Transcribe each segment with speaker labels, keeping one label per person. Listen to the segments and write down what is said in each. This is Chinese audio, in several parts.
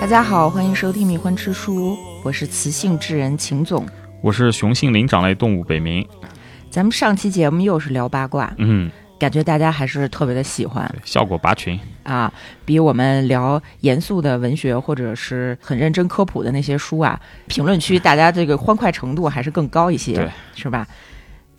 Speaker 1: 大家好，欢迎收听《迷幻之书》，我是雌性之人秦总。
Speaker 2: 我是雄性灵长类动物北冥。
Speaker 1: 咱们上期节目又是聊八卦，
Speaker 2: 嗯，
Speaker 1: 感觉大家还是特别的喜欢
Speaker 2: 对效果拔群。
Speaker 1: 啊，比我们聊严肃的文学或者是很认真科普的那些书啊，评论区大家这个欢快程度还是更高一些
Speaker 2: 对，
Speaker 1: 是吧？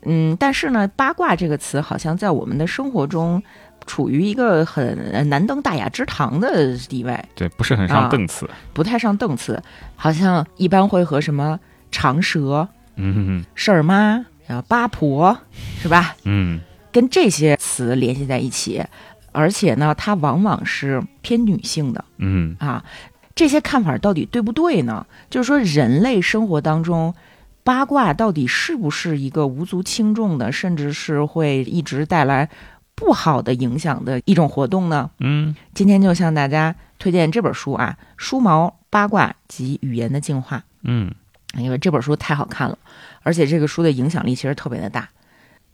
Speaker 1: 嗯，但是呢，八卦这个词好像在我们的生活中处于一个很难登大雅之堂的地位。
Speaker 2: 对，不是很
Speaker 1: 啊
Speaker 2: 上档次。
Speaker 1: 不太上档次，好像一般会和什么长舌、
Speaker 2: 嗯
Speaker 1: 事儿妈、然后八婆，是吧？
Speaker 2: 嗯，
Speaker 1: 跟这些词联系在一起，而且呢，它往往是偏女性的
Speaker 2: 嗯，
Speaker 1: 啊。这些看法到底对不对呢？就是说，人类生活当中，八卦到底是不是一个无足轻重的，甚至是会一直带来不好的影响的一种活动呢？
Speaker 2: 嗯，
Speaker 1: 今天就向大家推荐这本书啊，《梳毛八卦及语言的进化
Speaker 2: 嗯，》，
Speaker 1: 因为这本书太好看了，而且这个书的影响力其实特别的大。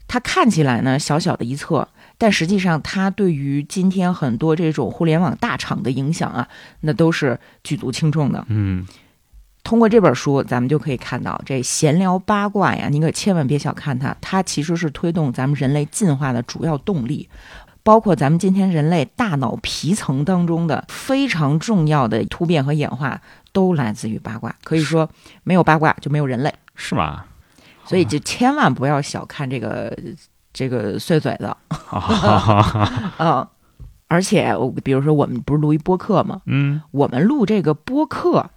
Speaker 1: 它看起来呢小小的一册，但实际上它对于今天很多这种互联网大厂的影响啊，那都是举足轻重的。
Speaker 2: 嗯，
Speaker 1: 通过这本书，咱们就可以看到，这闲聊八卦呀，你可千万别小看它，它其实是推动咱们人类进化的主要动力，包括咱们今天人类大脑皮层当中的非常重要的突变和演化，都来自于八卦。可以说，没有八卦就没有人类，
Speaker 2: 是吗？
Speaker 1: 所以就千万不要小看这个这个碎嘴子
Speaker 2: 啊，
Speaker 1: 啊、嗯而且，我比如说，我们不是录一播客吗？
Speaker 2: 嗯，
Speaker 1: 我们录这个播客，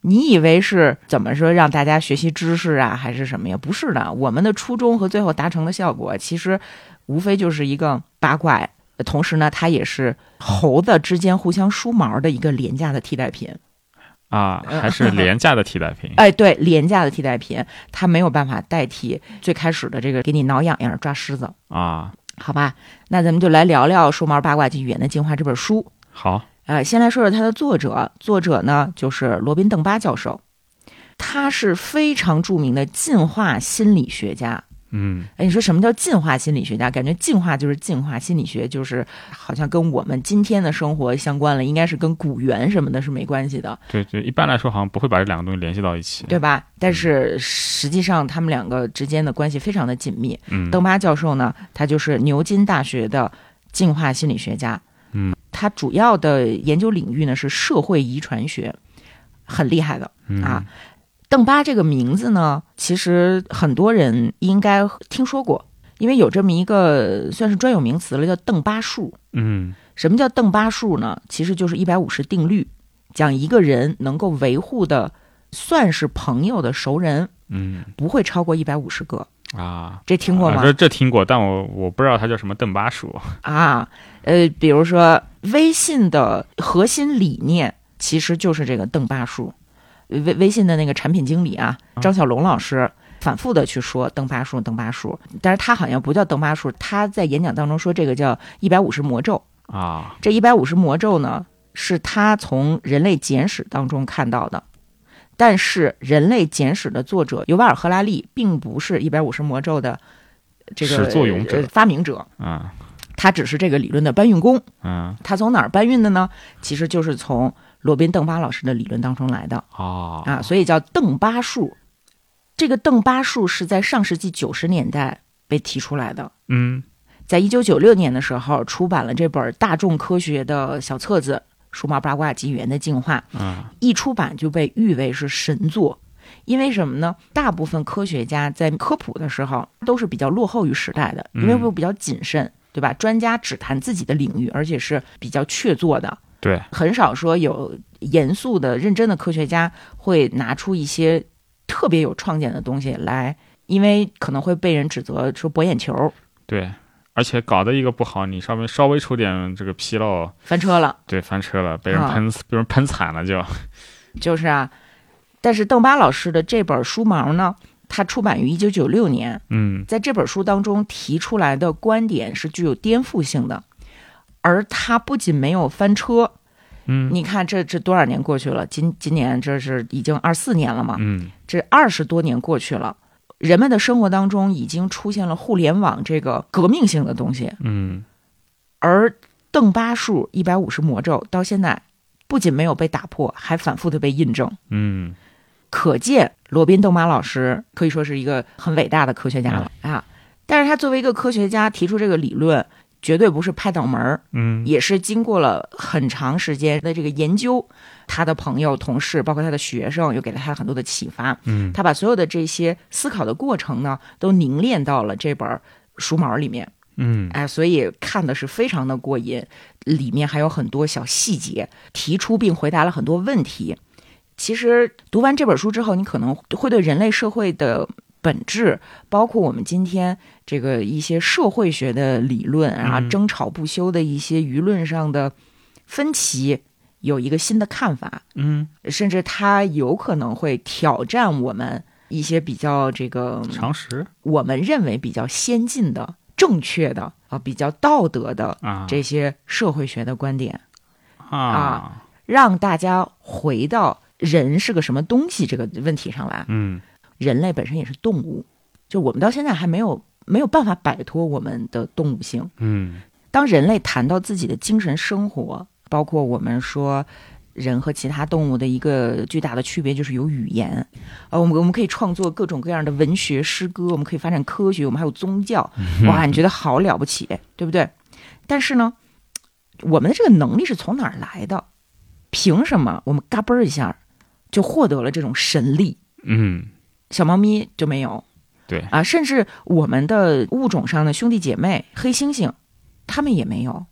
Speaker 1: 你以为是怎么说让大家学习知识啊，还是什么呀？不是的，我们的初衷和最后达成的效果，其实无非就是一个八卦，同时呢，它也是猴子之间互相梳毛的一个廉价的替代品。
Speaker 2: 啊，
Speaker 1: 呃
Speaker 2: 还是廉价的替代品。
Speaker 1: 哎，对，廉价的替代品，它没有办法代替最开始的这个给你挠痒痒、抓虱子，
Speaker 2: 啊，
Speaker 1: 好吧？那咱们就来聊聊《梳毛八卦及语言的进化》这本书。
Speaker 2: 好，
Speaker 1: 呃，先来说说它的作者，作者呢就是罗宾·邓巴教授，他是非常著名的进化心理学家。
Speaker 2: 嗯，
Speaker 1: 哎，你说什么叫进化心理学家？感觉进化就是进化心理学，就是好像跟我们今天的生活相关了，应该是跟古猿什么的是没关系的，
Speaker 2: 对对，一般来说好像不会把这两个东西联系到一起。
Speaker 1: 对吧？但是实际上，他们两个之间的关系非常的紧密。
Speaker 2: 嗯，
Speaker 1: 邓巴教授呢，他就是牛津大学的进化心理学家。
Speaker 2: 嗯，
Speaker 1: 他主要的研究领域呢是社会遗传学，很厉害的
Speaker 2: 嗯
Speaker 1: 啊。，邓巴这个名字呢，其实很多人应该听说过，因为有这么一个算是专有名词了，叫邓巴数。
Speaker 2: 嗯
Speaker 1: 什么叫邓巴数呢？其实就是一百五十定律，讲一个人能够维护的算是朋友的熟人
Speaker 2: 嗯
Speaker 1: 不会超过一百五十个，
Speaker 2: 啊，
Speaker 1: 这听过吗？
Speaker 2: 啊这这听过，但我我不知道它叫什么邓巴鼠。
Speaker 1: 啊，呃，比如说微信的核心理念其实就是这个邓巴数，呃微微信的那个产品经理啊，
Speaker 2: 嗯
Speaker 1: 张小龙老师。反复的去说邓巴数，邓巴数，但是他好像不叫邓巴数，他在演讲当中说这个叫一百五十魔咒。
Speaker 2: 啊，
Speaker 1: 这一百五十魔咒呢，是他从人类简史当中看到的，但是人类简史的作者尤瓦尔·赫拉利并不是一百五十魔咒的这个
Speaker 2: 始作俑者
Speaker 1: 呃发明者，
Speaker 2: 嗯
Speaker 1: 他只是这个理论的搬运工。
Speaker 2: 嗯
Speaker 1: 他从哪儿搬运的呢？其实就是从罗宾·邓巴老师的理论当中来的
Speaker 2: 啊
Speaker 1: 啊，所以叫邓巴数。这个邓巴数是在上世纪九十年代被提出来的，
Speaker 2: 嗯
Speaker 1: 在一九九六年的时候出版了这本大众科学的小册子《数码八卦及语言的进化》，
Speaker 2: 嗯
Speaker 1: 一出版就被誉为是神作。因为什么呢？大部分科学家在科普的时候都是比较落后于时代的，因为
Speaker 2: 嗯
Speaker 1: 会比较谨慎，对吧？专家只谈自己的领域，而且是比较确凿的。
Speaker 2: 对，
Speaker 1: 很少说有严肃的、认真的科学家会拿出一些特别有创建的东西来，因为可能会被人指责说博眼球、
Speaker 2: 对，而且搞得一个不好，你稍微稍微出点这个纰漏，
Speaker 1: 翻车了，
Speaker 2: 对，翻车了，被人
Speaker 1: 啊
Speaker 2: 喷死，被人喷惨了就。
Speaker 1: 就是啊。但是邓巴老师的这本《梳毛》呢，它出版于一九九六年，
Speaker 2: 嗯
Speaker 1: 在这本书当中提出来的观点是具有颠覆性的，而他不仅没有翻车，
Speaker 2: 嗯
Speaker 1: 你看这这多少年过去了，今今年这是已经二四年了嘛，
Speaker 2: 嗯
Speaker 1: 这二十多年过去了，人们的生活当中已经出现了互联网这个革命性的东西，
Speaker 2: 嗯
Speaker 1: 而邓巴数一百五十魔咒到现在不仅没有被打破，还反复的被印证。
Speaker 2: 嗯
Speaker 1: 可见罗宾·邓马老师可以说是一个很伟大的科学家了、
Speaker 2: 嗯
Speaker 1: 啊。但是他作为一个科学家提出这个理论，绝对不是拍脑门儿，
Speaker 2: 嗯
Speaker 1: 也是经过了很长时间的这个研究，他的朋友、同事，包括他的学生，又给了他很多的启发。
Speaker 2: 嗯
Speaker 1: 他把所有的这些思考的过程呢，都凝练到了这本儿书毛里面。
Speaker 2: 嗯
Speaker 1: 哎，所以看的是非常的过瘾，里面还有很多小细节，提出并回答了很多问题。其实读完这本书之后，你可能会对人类社会的本质，包括我们今天这个一些社会学的理论啊，
Speaker 2: 嗯
Speaker 1: 争吵不休的一些舆论上的分歧，有一个新的看法，
Speaker 2: 嗯，
Speaker 1: 甚至它有可能会挑战我们一些比较这个
Speaker 2: 常识
Speaker 1: 我们认为比较先进的、正确的啊、比较道德的
Speaker 2: 啊
Speaker 1: 这些社会学的观点，
Speaker 2: 啊
Speaker 1: 让大家回到人是个什么东西这个问题上来。
Speaker 2: 嗯
Speaker 1: 人类本身也是动物，就我们到现在还没有没有办法摆脱我们的动物性。
Speaker 2: 嗯
Speaker 1: 当人类谈到自己的精神生活，包括我们说人和其他动物的一个巨大的区别就是有语言，呃，我们我们可以创作各种各样的文学、诗歌，我们可以发展科学，我们还有宗教，
Speaker 2: 嗯
Speaker 1: 哇，你觉得好了不起，对不对？但是呢，我们的这个能力是从哪儿来的？凭什么我们嘎嘣儿一下就获得了这种神力？
Speaker 2: 嗯
Speaker 1: 小猫咪就没有。
Speaker 2: 对
Speaker 1: 啊，甚至我们的物种上的兄弟姐妹黑猩猩，它们也没有。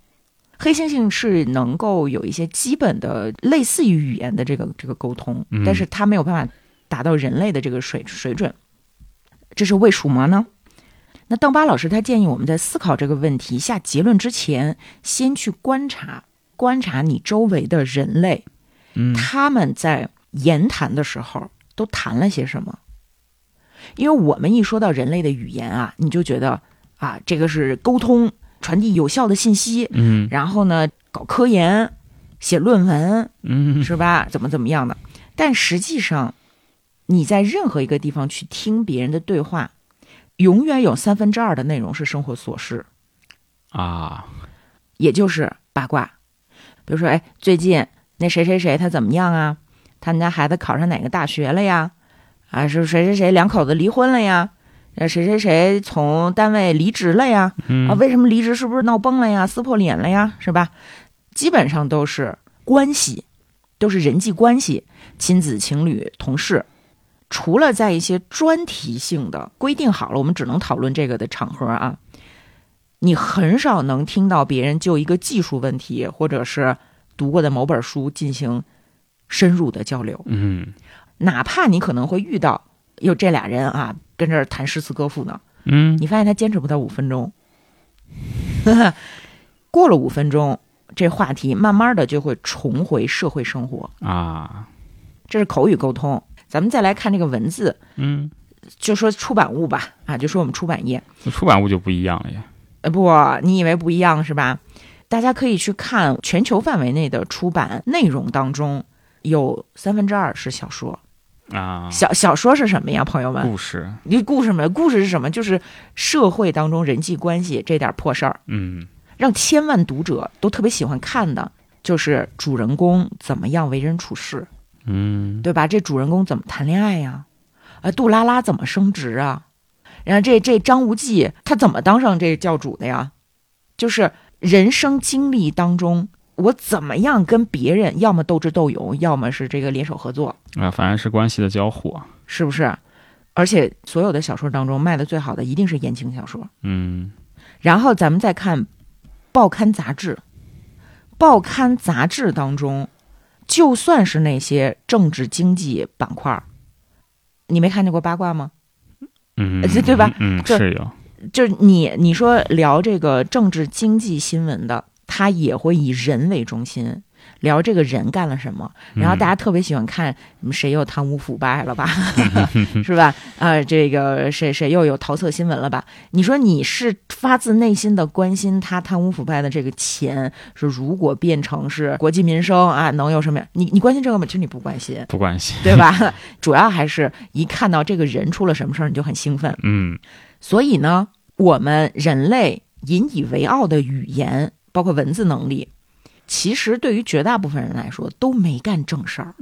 Speaker 1: 黑猩猩是能够有一些基本的类似于语言的这个这个沟通，
Speaker 2: 嗯
Speaker 1: 但是它没有办法达到人类的这个水水准，这是为什么呢？那邓巴老师他建议我们在思考这个问题、下结论之前，先去观察观察你周围的人类，
Speaker 2: 嗯
Speaker 1: 他们在言谈的时候都谈了些什么？因为我们一说到人类的语言啊，你就觉得啊，这个是沟通、传递有效的信息，
Speaker 2: 嗯
Speaker 1: 然后呢，搞科研、写论文，
Speaker 2: 嗯
Speaker 1: 是吧？怎么怎么样的？但实际上，你在任何一个地方去听别人的对话，永远有三分之二的内容是生活琐事。
Speaker 2: 啊
Speaker 1: 也就是八卦。比如说，哎，最近那谁谁谁他怎么样啊？他们家孩子考上哪个大学了呀？啊，是谁谁谁两口子离婚了呀？呃，谁谁谁从单位离职了呀？啊，
Speaker 2: 嗯
Speaker 1: 为什么离职？是不是闹崩了呀？撕破脸了呀？是吧？基本上都是关系，都是人际关系，亲子、情侣、同事。除了在一些专题性的规定好了，我们只能讨论这个的场合啊，你很少能听到别人就一个技术问题或者是读过的某本书进行深入的交流。
Speaker 2: 嗯
Speaker 1: 哪怕你可能会遇到，有这俩人啊跟这儿谈诗词歌赋呢，
Speaker 2: 嗯
Speaker 1: 你发现他坚持不到五分钟， 过了五分钟，这话题慢慢的就会重回社会生活，
Speaker 2: 啊
Speaker 1: 这是口语沟通。咱们再来看这个文字，
Speaker 2: 嗯，
Speaker 1: 就说出版物吧，啊，就说我们出版业，
Speaker 2: 出版物就不一样了呀。
Speaker 1: 呃，不，你以为不一样是吧？大家可以去看全球范围内的出版内容当中，有三分之二是小说。
Speaker 2: 啊，
Speaker 1: 小小说是什么呀，朋友们？
Speaker 2: 故事，
Speaker 1: 你故事没？故事是什么？就是社会当中人际关系这点破事儿。
Speaker 2: 嗯
Speaker 1: 让千万读者都特别喜欢看的，就是主人公怎么样为人处事，
Speaker 2: 嗯
Speaker 1: 对吧？这主人公怎么谈恋爱呀、啊，杜拉拉怎么升职啊？然后这这张无忌他怎么当上这教主的呀？就是人生经历当中，我怎么样跟别人，要么斗智斗勇，要么是这个联手合作，
Speaker 2: 啊，反正是关系的交互。
Speaker 1: 是不是？而且所有的小说当中卖的最好的一定是言情小说。
Speaker 2: 嗯
Speaker 1: 然后咱们再看报刊杂志，报刊杂志当中，就算是那些政治经济板块儿，你没看见过八卦吗？
Speaker 2: 嗯，
Speaker 1: 呃对对吧？
Speaker 2: 嗯，
Speaker 1: 这
Speaker 2: 是有。
Speaker 1: 就是你你说聊这个政治经济新闻的，他也会以人为中心。聊这个人干了什么，然后大家特别喜欢看嗯谁又贪污腐败了吧，是吧？啊、这个谁谁又有桃色新闻了吧？你说你是发自内心的关心他贪污腐败的这个钱，是如果变成是国计民生啊，能有什么呀？你你关心这个吗？其实你不关心，
Speaker 2: 不关系。
Speaker 1: 对吧？ 主要还是一看到这个人出了什么事儿，你就很兴奋。
Speaker 2: 嗯
Speaker 1: 所以呢，我们人类引以为傲的语言，包括文字能力，其实对于绝大部分人来说都没干正事儿。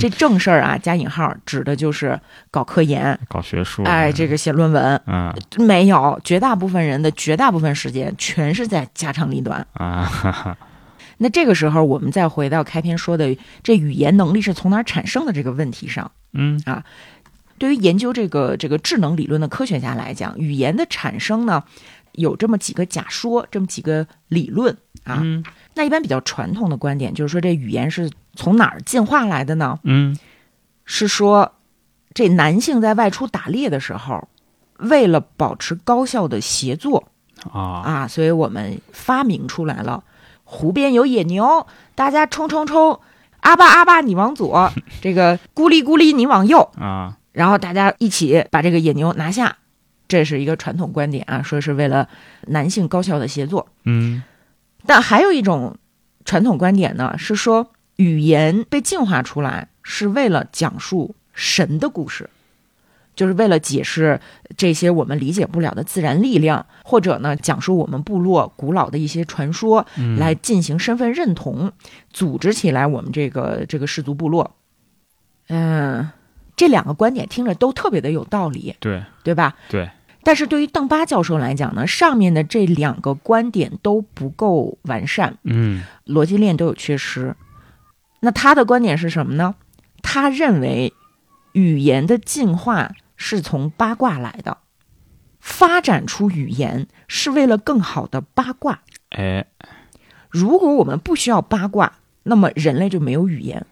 Speaker 1: 这正事儿啊，加引号指的就是搞科研，
Speaker 2: 搞学术，
Speaker 1: 哎，这个写论文。
Speaker 2: 嗯
Speaker 1: 没有，绝大部分人的绝大部分时间全是在家长里短。
Speaker 2: 啊哈哈，
Speaker 1: 那这个时候，我们再回到开篇说的这语言能力是从哪儿产生的这个问题上。
Speaker 2: 嗯
Speaker 1: 对于研究这个这个智能理论的科学家来讲，语言的产生呢，有这么几个假说，这么几个理论啊。
Speaker 2: 嗯
Speaker 1: 那一般比较传统的观点就是说，这语言是从哪儿进化来的呢？
Speaker 2: 嗯
Speaker 1: 是说，这男性在外出打猎的时候，为了保持高效的协作
Speaker 2: 啊
Speaker 1: 啊，所以我们发明出来了，湖边有野牛，大家冲冲冲，阿巴阿巴你往左，这个咕哩咕哩你往右，
Speaker 2: 啊
Speaker 1: 然后大家一起把这个野牛拿下，这是一个传统观点啊，说是为了男性高效的协作。
Speaker 2: 嗯
Speaker 1: 但还有一种传统观点呢，是说语言被进化出来是为了讲述神的故事，就是为了解释这些我们理解不了的自然力量，或者呢讲述我们部落古老的一些传说，
Speaker 2: 嗯
Speaker 1: 来进行身份认同，组织起来我们这个这个氏族部落。嗯，这两个观点听着都特别的有道理，
Speaker 2: 对
Speaker 1: 对吧？
Speaker 2: 对。
Speaker 1: 但是对于邓巴教授来讲呢，上面的这两个观点都不够完善，
Speaker 2: 嗯
Speaker 1: 逻辑链都有缺失。那他的观点是什么呢？他认为语言的进化是从八卦来的，发展出语言是为了更好的八卦。
Speaker 2: 哎
Speaker 1: 如果我们不需要八卦，那么人类就没有语言，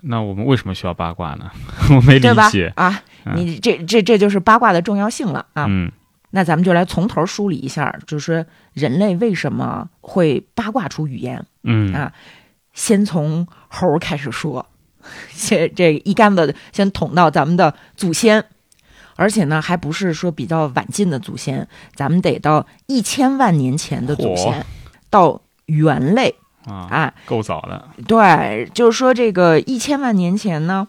Speaker 2: 那我们为什么需要八卦呢？ 我没理
Speaker 1: 对吧
Speaker 2: 解？
Speaker 1: 啊，
Speaker 2: 嗯
Speaker 1: 你这这这就是八卦的重要性了啊。
Speaker 2: 嗯
Speaker 1: 那咱们就来从头梳理一下，就是人类为什么会八卦出语言？
Speaker 2: 嗯
Speaker 1: 啊先从猴儿开始说，这这一竿子先捅到咱们的祖先，而且呢，还不是说比较晚近的祖先，咱们得到一千万年前的祖先，到猿类
Speaker 2: 啊，
Speaker 1: 啊，
Speaker 2: 够早了，
Speaker 1: 对，就是说这个一千万年前呢，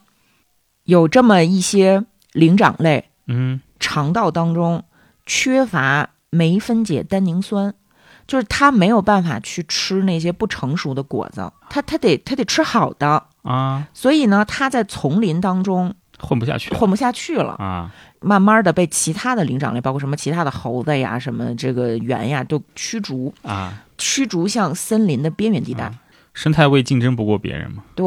Speaker 1: 有这么一些灵长类，
Speaker 2: 嗯
Speaker 1: 肠道当中缺乏酶分解单宁酸，就是它没有办法去吃那些不成熟的果子，它它得它得吃好的，
Speaker 2: 啊，
Speaker 1: 所以呢，它在丛林当中
Speaker 2: 混不下去了
Speaker 1: 混不下去了，
Speaker 2: 啊，
Speaker 1: 慢慢的被其他的灵长类，包括什么其他的猴子呀、什么这个猿呀，都驱逐，
Speaker 2: 啊，
Speaker 1: 驱逐向森林的边缘地带。
Speaker 2: 生态位竞争不过别人嘛，
Speaker 1: 对，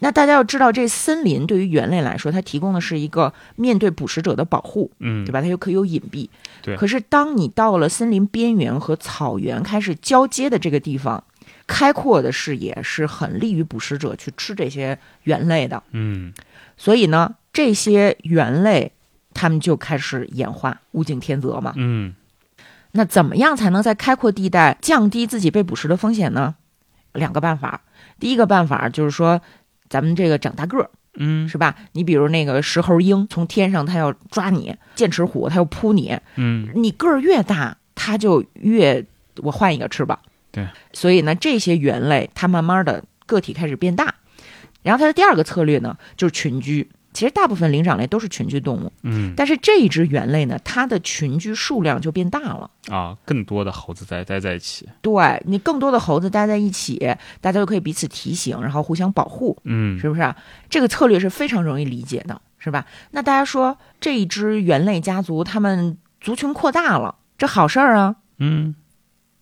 Speaker 1: 那大家要知道，这森林对于猿类来说，它提供的是一个面对捕食者的保护。
Speaker 2: 嗯
Speaker 1: 对，吧？它又可以有隐蔽。
Speaker 2: 对
Speaker 1: 可是当你到了森林边缘和草原开始交接的这个地方，开阔的视野是很利于捕食者去吃这些猿类的。
Speaker 2: 嗯
Speaker 1: 所以呢，这些猿类它们就开始演化，物竞天择嘛。
Speaker 2: 嗯
Speaker 1: 那怎么样才能在开阔地带降低自己被捕食的风险呢？两个办法。第一个办法就是说，咱们这个长大个儿，
Speaker 2: 嗯
Speaker 1: 是吧？你比如那个石猴鹰从天上它要抓你，剑齿虎它要扑你，
Speaker 2: 嗯
Speaker 1: 你个儿越大，它就越我换一个翅膀。
Speaker 2: 对，
Speaker 1: 所以呢，这些猿类它慢慢的个体开始变大，然后它的第二个策略呢就是群居。其实大部分灵长类都是群居动物，
Speaker 2: 嗯
Speaker 1: 但是这一只猿类呢，它的群居数量就变大了。
Speaker 2: 啊，更多的猴子在待在一起，
Speaker 1: 对你更多的猴子待在一起，大家就可以彼此提醒，然后互相保护。
Speaker 2: 嗯
Speaker 1: 是不是啊、这个策略是非常容易理解的，是吧？那大家说这一支猿类家族，他们族群扩大了，这好事儿啊。
Speaker 2: 嗯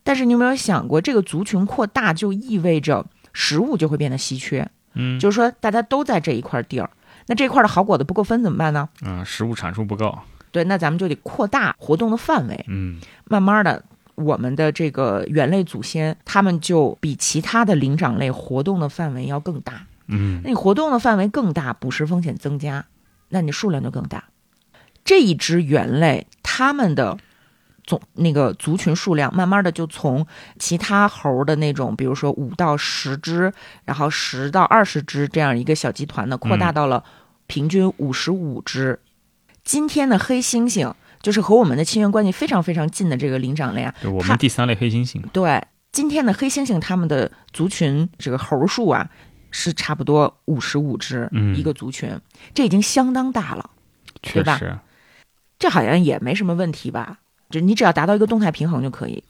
Speaker 1: 但是你有没有想过，这个族群扩大就意味着食物就会变得稀缺，
Speaker 2: 嗯，
Speaker 1: 就是说大家都在这一块地儿，那这块的好果子不够分怎么办呢？
Speaker 2: 嗯，食物产出不够，
Speaker 1: 对，那咱们就得扩大活动的范围，
Speaker 2: 嗯
Speaker 1: 慢慢的。我们的这个猿类祖先，他们就比其他的灵长类活动的范围要更大。
Speaker 2: 嗯
Speaker 1: 那你活动的范围更大，捕食风险增加，那你数量就更大。这一支猿类，它们的总那个族群数量，慢慢的就从其他猴的那种，比如说五到十只，然后十到二十只这样一个小集团呢，扩大到了平均五十五只。今天的黑猩猩，就是和我们的亲缘关系非常非常近的这个灵长类啊，
Speaker 2: 就我
Speaker 1: 它
Speaker 2: 们第三类黑猩猩嘛，
Speaker 1: 对，今天的黑猩猩它们的族群这个猴数啊，是差不多五十五只
Speaker 2: 嗯
Speaker 1: 一个族群，这已经相当大了，
Speaker 2: 确
Speaker 1: 吧
Speaker 2: 实，
Speaker 1: 这好像也没什么问题吧？就你只要达到一个动态平衡就可以。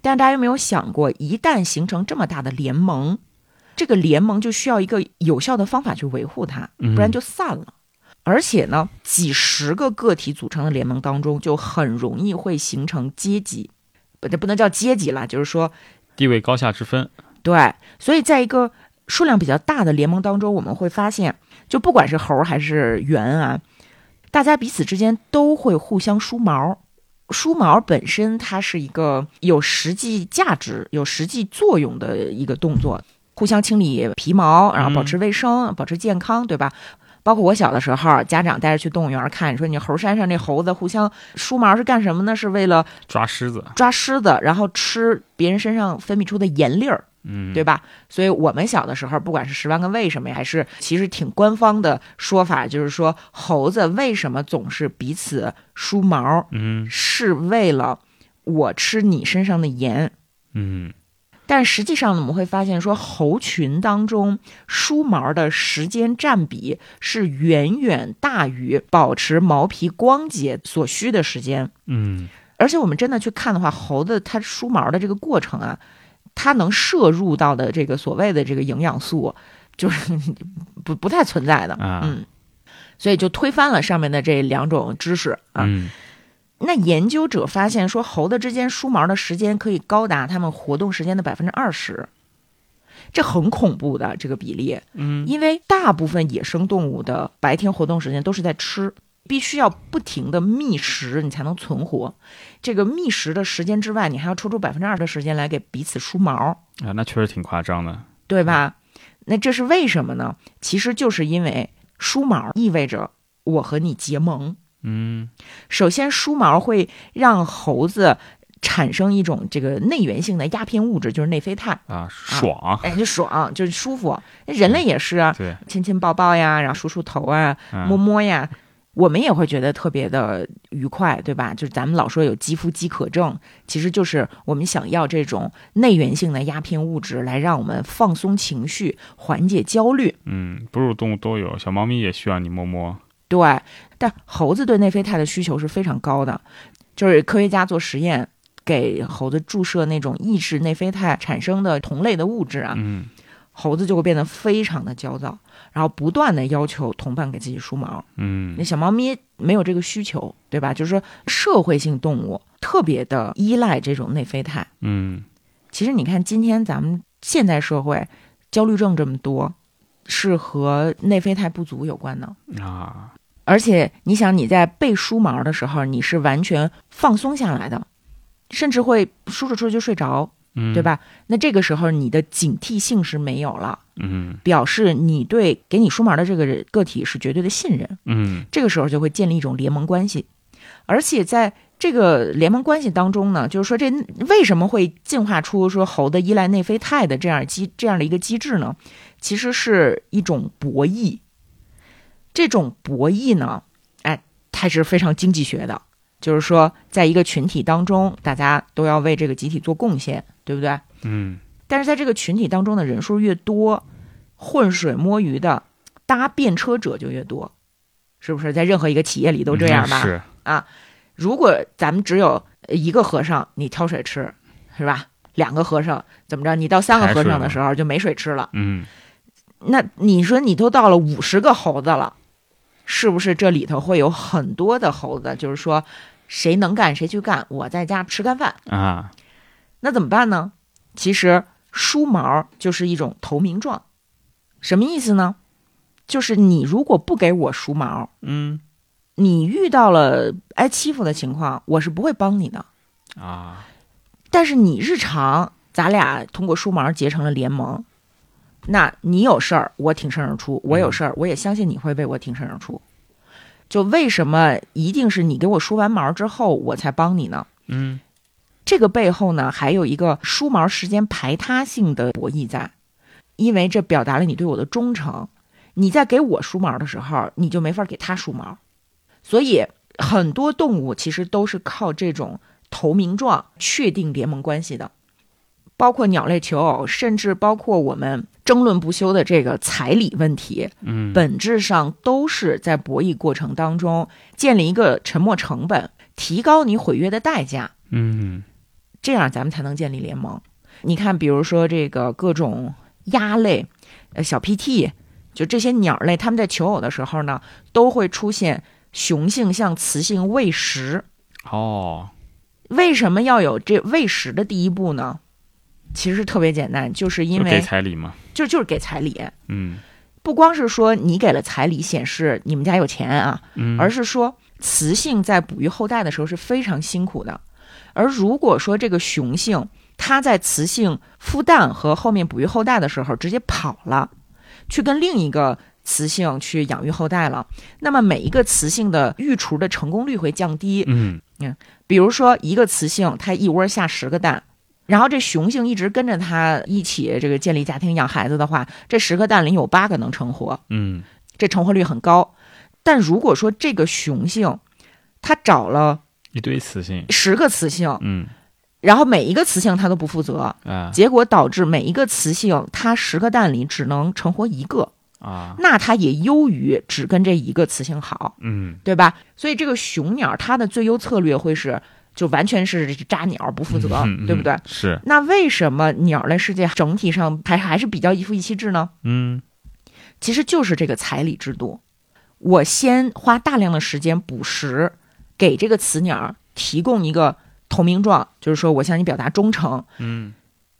Speaker 1: 但是大家有没有想过，一旦形成这么大的联盟，这个联盟就需要一个有效的方法去维护它，
Speaker 2: 嗯
Speaker 1: 不然就散了。而且呢，几十个个体组成的联盟当中，就很容易会形成阶级，不，这不能叫阶级啦，就是说
Speaker 2: 地位高下之分，
Speaker 1: 对，所以在一个数量比较大的联盟当中，我们会发现，就不管是猴儿还是猿啊，大家彼此之间都会互相梳毛。梳毛本身它是一个有实际价值、有实际作用的一个动作，互相清理皮毛，然后保持卫生、保持健康，对吧？包括我小的时候，家长带着去动物园看，说你猴山上那猴子互相梳毛是干什么呢？是为了
Speaker 2: 抓狮子，
Speaker 1: 抓虱子，然后吃别人身上分泌出的盐粒儿。
Speaker 2: 嗯，
Speaker 1: 对吧？所以我们小的时候，不管是《十万个为什么》呀，还是其实挺官方的说法，就是说猴子为什么总是彼此梳毛，
Speaker 2: 嗯
Speaker 1: 是为了我吃你身上的盐。
Speaker 2: 嗯，
Speaker 1: 但实际上呢，我们会发现说，猴群当中梳毛的时间占比是远远大于保持毛皮光洁所需的时间。
Speaker 2: 嗯，
Speaker 1: 而且我们真的去看的话，猴子它梳毛的这个过程啊，它能摄入到的这个所谓的这个营养素， 就是不不太存在的。
Speaker 2: 啊
Speaker 1: 嗯，所以就推翻了上面的这两种知识啊。
Speaker 2: 嗯，
Speaker 1: 那研究者发现说，猴子之间梳毛的时间可以高达它们活动时间的百分之二十，这很恐怖的这个比例。
Speaker 2: 嗯，
Speaker 1: 因为大部分野生动物的白天活动时间都是在吃，必须要不停的觅食，你才能存活。这个觅食的时间之外，你还要抽出百分之二的时间来给彼此梳毛，
Speaker 2: 啊，那确实挺夸张的，
Speaker 1: 对吧？那这是为什么呢？其实就是因为梳毛意味着我和你结盟。
Speaker 2: 嗯
Speaker 1: 首先，梳毛会让猴子产生一种这个内源性的鸦片物质，就是内啡肽，
Speaker 2: 啊，爽，
Speaker 1: 哎，就爽，就是舒服。人类也是啊，
Speaker 2: 对，
Speaker 1: 亲亲抱抱呀，然后梳梳头啊，
Speaker 2: 嗯
Speaker 1: 摸摸呀，我们也会觉得特别的愉快，对吧？就是咱们老说有肌肤饥渴症，其实就是我们想要这种内源性的鸦片物质来让我们放松情绪、缓解焦虑。
Speaker 2: 嗯，哺乳动物都有，小猫咪也需要你摸摸，
Speaker 1: 对，但猴子对内啡肽的需求是非常高的，就是科学家做实验。给猴子注射那种抑制内啡肽产生的同类的物质啊，
Speaker 2: 嗯
Speaker 1: 猴子就会变得非常的焦躁，然后不断的要求同伴给自己梳毛。
Speaker 2: 嗯
Speaker 1: 那小猫咪没有这个需求，对吧？就是说，社会性动物特别的依赖这种内啡肽。
Speaker 2: 嗯，
Speaker 1: 其实你看，今天咱们现代社会焦虑症这么多，是和内啡肽不足有关的。
Speaker 2: 啊，
Speaker 1: 而且你想，你在被梳毛的时候，你是完全放松下来的，甚至会梳着梳着就睡着，
Speaker 2: 嗯，
Speaker 1: 对？吧？那这个时候你的警惕性是没有了，
Speaker 2: 嗯
Speaker 1: 表示你对给你梳毛的这个人个体是绝对的信任。
Speaker 2: 嗯
Speaker 1: 这个时候就会建立一种联盟关系，而且在这个联盟关系当中呢，就是说这为什么会进化出说猴子依赖内啡肽的这样机这样的一个机制呢？其实是一种博弈，这种博弈呢，哎，它是非常经济学的，就是说在一个群体当中，大家都要为这个集体做贡献，对不对？
Speaker 2: 嗯
Speaker 1: 但是在这个群体当中的人数越多，浑水摸鱼的搭便车者就越多，是不是？在任何一个企业里都这样吧？
Speaker 2: 嗯是，
Speaker 1: 如果咱们只有一个和尚，你挑水吃，是吧？两个和尚怎么着？你到三个和尚的时候就没水吃了。
Speaker 2: 嗯
Speaker 1: 那你说你都到了五十个猴子了，是不是这里头会有很多的猴子？就是说，谁能干谁去干，我在家吃干饭。
Speaker 2: 啊，
Speaker 1: 那怎么办呢？其实梳毛就是一种投名状，什么意思呢？就是你如果不给我梳毛，
Speaker 2: 嗯
Speaker 1: 你遇到了挨欺负的情况，我是不会帮你的。
Speaker 2: 啊，
Speaker 1: 但是你日常，咱俩通过梳毛结成了联盟，那你有事儿我挺身而出，我有事儿我也相信你会为我挺身而出。就为什么一定是你给我梳完毛之后我才帮你呢？
Speaker 2: 嗯
Speaker 1: 这个背后呢，还有一个梳毛时间排他性的博弈在，因为这表达了你对我的忠诚。你在给我梳毛的时候，你就没法给他梳毛，所以很多动物其实都是靠这种投名状确定联盟关系的，包括鸟类求偶，甚至包括我们争论不休的这个彩礼问题，
Speaker 2: 嗯，
Speaker 1: 本质上都是在博弈过程当中建立一个沉没成本，提高你毁约的代价。
Speaker 2: 嗯
Speaker 1: 这样咱们才能建立联盟。你看，比如说这个各种鸭类、呃小 PT，就这些鸟类，它们在求偶的时候呢，都会出现雄性向雌性喂食。
Speaker 2: 哦，
Speaker 1: 为什么要有这喂食的第一步呢？其实特别简单，就是因
Speaker 2: 就给
Speaker 1: 为
Speaker 2: 彩礼嘛，
Speaker 1: 就就是给彩礼，
Speaker 2: 嗯
Speaker 1: 不光是说你给了彩礼显示你们家有钱啊，
Speaker 2: 嗯，
Speaker 1: 而是说雌性在哺育后代的时候是非常辛苦的，而如果说这个雄性它在雌性孵蛋和后面哺育后代的时候直接跑了，去跟另一个雌性去养育后代了，那么每一个雌性的育雏的成功率会降低。
Speaker 2: 嗯
Speaker 1: 比如说一个雌性它一窝下十个蛋。然后这雄性一直跟着它一起这个建立家庭养孩子的话，这十个蛋里有八个能成活，
Speaker 2: 嗯
Speaker 1: 这成活率很高。但如果说这个雄性，它找了
Speaker 2: 一堆雌性，
Speaker 1: 十个雌性，
Speaker 2: 嗯
Speaker 1: 然后每一个雌性它都不负责，
Speaker 2: 啊
Speaker 1: 结果导致每一个雌性它十个蛋里只能成活一个，
Speaker 2: 啊
Speaker 1: 那它也优于只跟这一个雌性好，
Speaker 2: 嗯
Speaker 1: 对吧？所以这个雄鸟它的最优策略会是，就完全是渣鸟不负责，
Speaker 2: 嗯嗯
Speaker 1: 对不对
Speaker 2: 嗯？是
Speaker 1: 那为什么鸟类世界整体上还还是比较一夫一妻制呢？
Speaker 2: 嗯
Speaker 1: 其实就是这个彩礼制度。我先花大量的时间捕食，给这个雌鸟提供一个投名状，就是说我向你表达忠诚。
Speaker 2: 嗯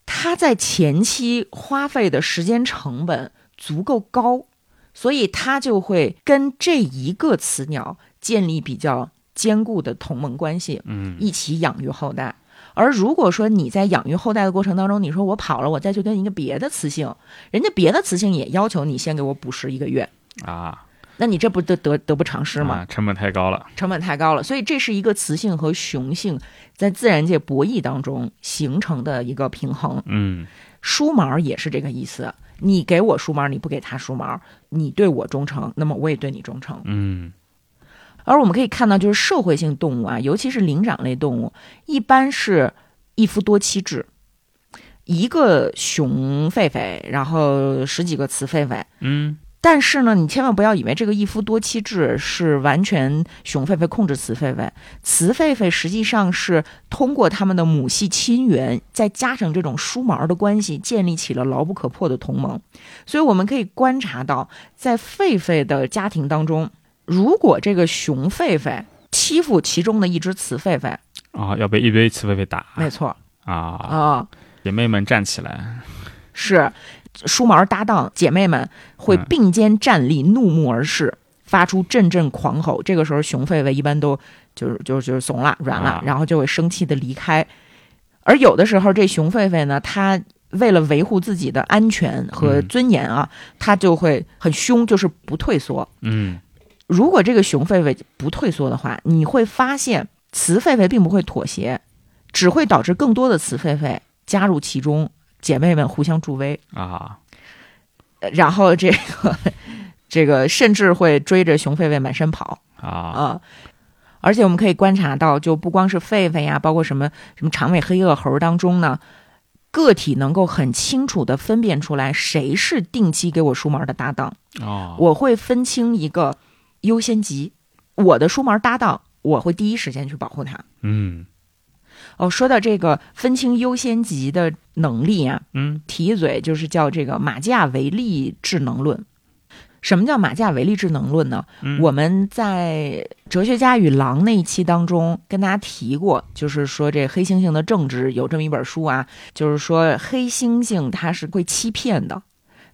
Speaker 1: 它在前期花费的时间成本足够高，所以它就会跟这一个雌鸟建立比较坚固的同盟关系。
Speaker 2: 嗯
Speaker 1: 一起养育后代。而如果说你在养育后代的过程当中，你说我跑了，我再去跟一个别的雌性，人家别的雌性也要求你先给我捕食一个月，
Speaker 2: 啊
Speaker 1: 那你这不得得得不偿失吗？
Speaker 2: 啊成本太高了，
Speaker 1: 成本太高了，所以这是一个雌性和雄性在自然界博弈当中形成的一个平衡。
Speaker 2: 嗯
Speaker 1: 梳毛也是这个意思，你给我梳毛，你不给他梳毛，你对我忠诚，那么我也对你忠诚。
Speaker 2: 嗯
Speaker 1: 而我们可以看到，就是社会性动物啊，尤其是灵长类动物，一般是一夫多妻制，一个雄狒狒，然后十几个雌狒狒。
Speaker 2: 嗯
Speaker 1: 但是呢，你千万不要以为这个一夫多妻制是完全雄狒狒控制雌狒狒，雌狒狒实际上是通过它们的母系亲缘，再加上这种梳毛的关系，建立起了牢不可破的同盟。所以我们可以观察到，在狒狒的家庭当中，如果这个雄狒狒欺负其中的一只雌狒狒，
Speaker 2: 啊要被一堆雌狒狒打
Speaker 1: 没错啊、
Speaker 2: 啊，姐妹们站起来，
Speaker 1: 是梳毛搭档姐妹们会
Speaker 2: 嗯
Speaker 1: 并肩站立，怒目而视，发出阵阵狂吼。这个时候，雄狒狒一般都就是就是就是怂了、软了，
Speaker 2: 啊
Speaker 1: 然后就会生气的离开。而有的时候，这雄狒狒呢，它为了维护自己的安全和
Speaker 2: 嗯
Speaker 1: 尊严啊，它就会很凶，就是不退缩。
Speaker 2: 嗯
Speaker 1: 如果这个雄狒狒不退缩的话，你会发现雌狒狒并不会妥协，只会导致更多的雌狒狒加入其中，姐妹们互相助威。
Speaker 2: 啊
Speaker 1: 呃然后这个这个甚至会追着雄狒狒满山跑
Speaker 2: 啊
Speaker 1: 啊。而且我们可以观察到，就不光是狒狒啊呀，包括什么什么长尾黑颚猴当中呢，个体能够很清楚地分辨出来谁是定期给我梳毛的搭档。
Speaker 2: 哦
Speaker 1: 我会分清一个优先级，我的梳毛搭档，我会第一时间去保护它。
Speaker 2: 嗯
Speaker 1: 哦，说到这个分清优先级的能力啊，
Speaker 2: 嗯
Speaker 1: 提一嘴，就是叫这个马基雅维利智能论。什么叫马基雅维利智能论呢？
Speaker 2: 嗯
Speaker 1: 我们在《哲学家与狼》那一期当中跟大家提过，就是说这黑猩猩的政治有这么一本书啊，就是说黑猩猩它是会欺骗的，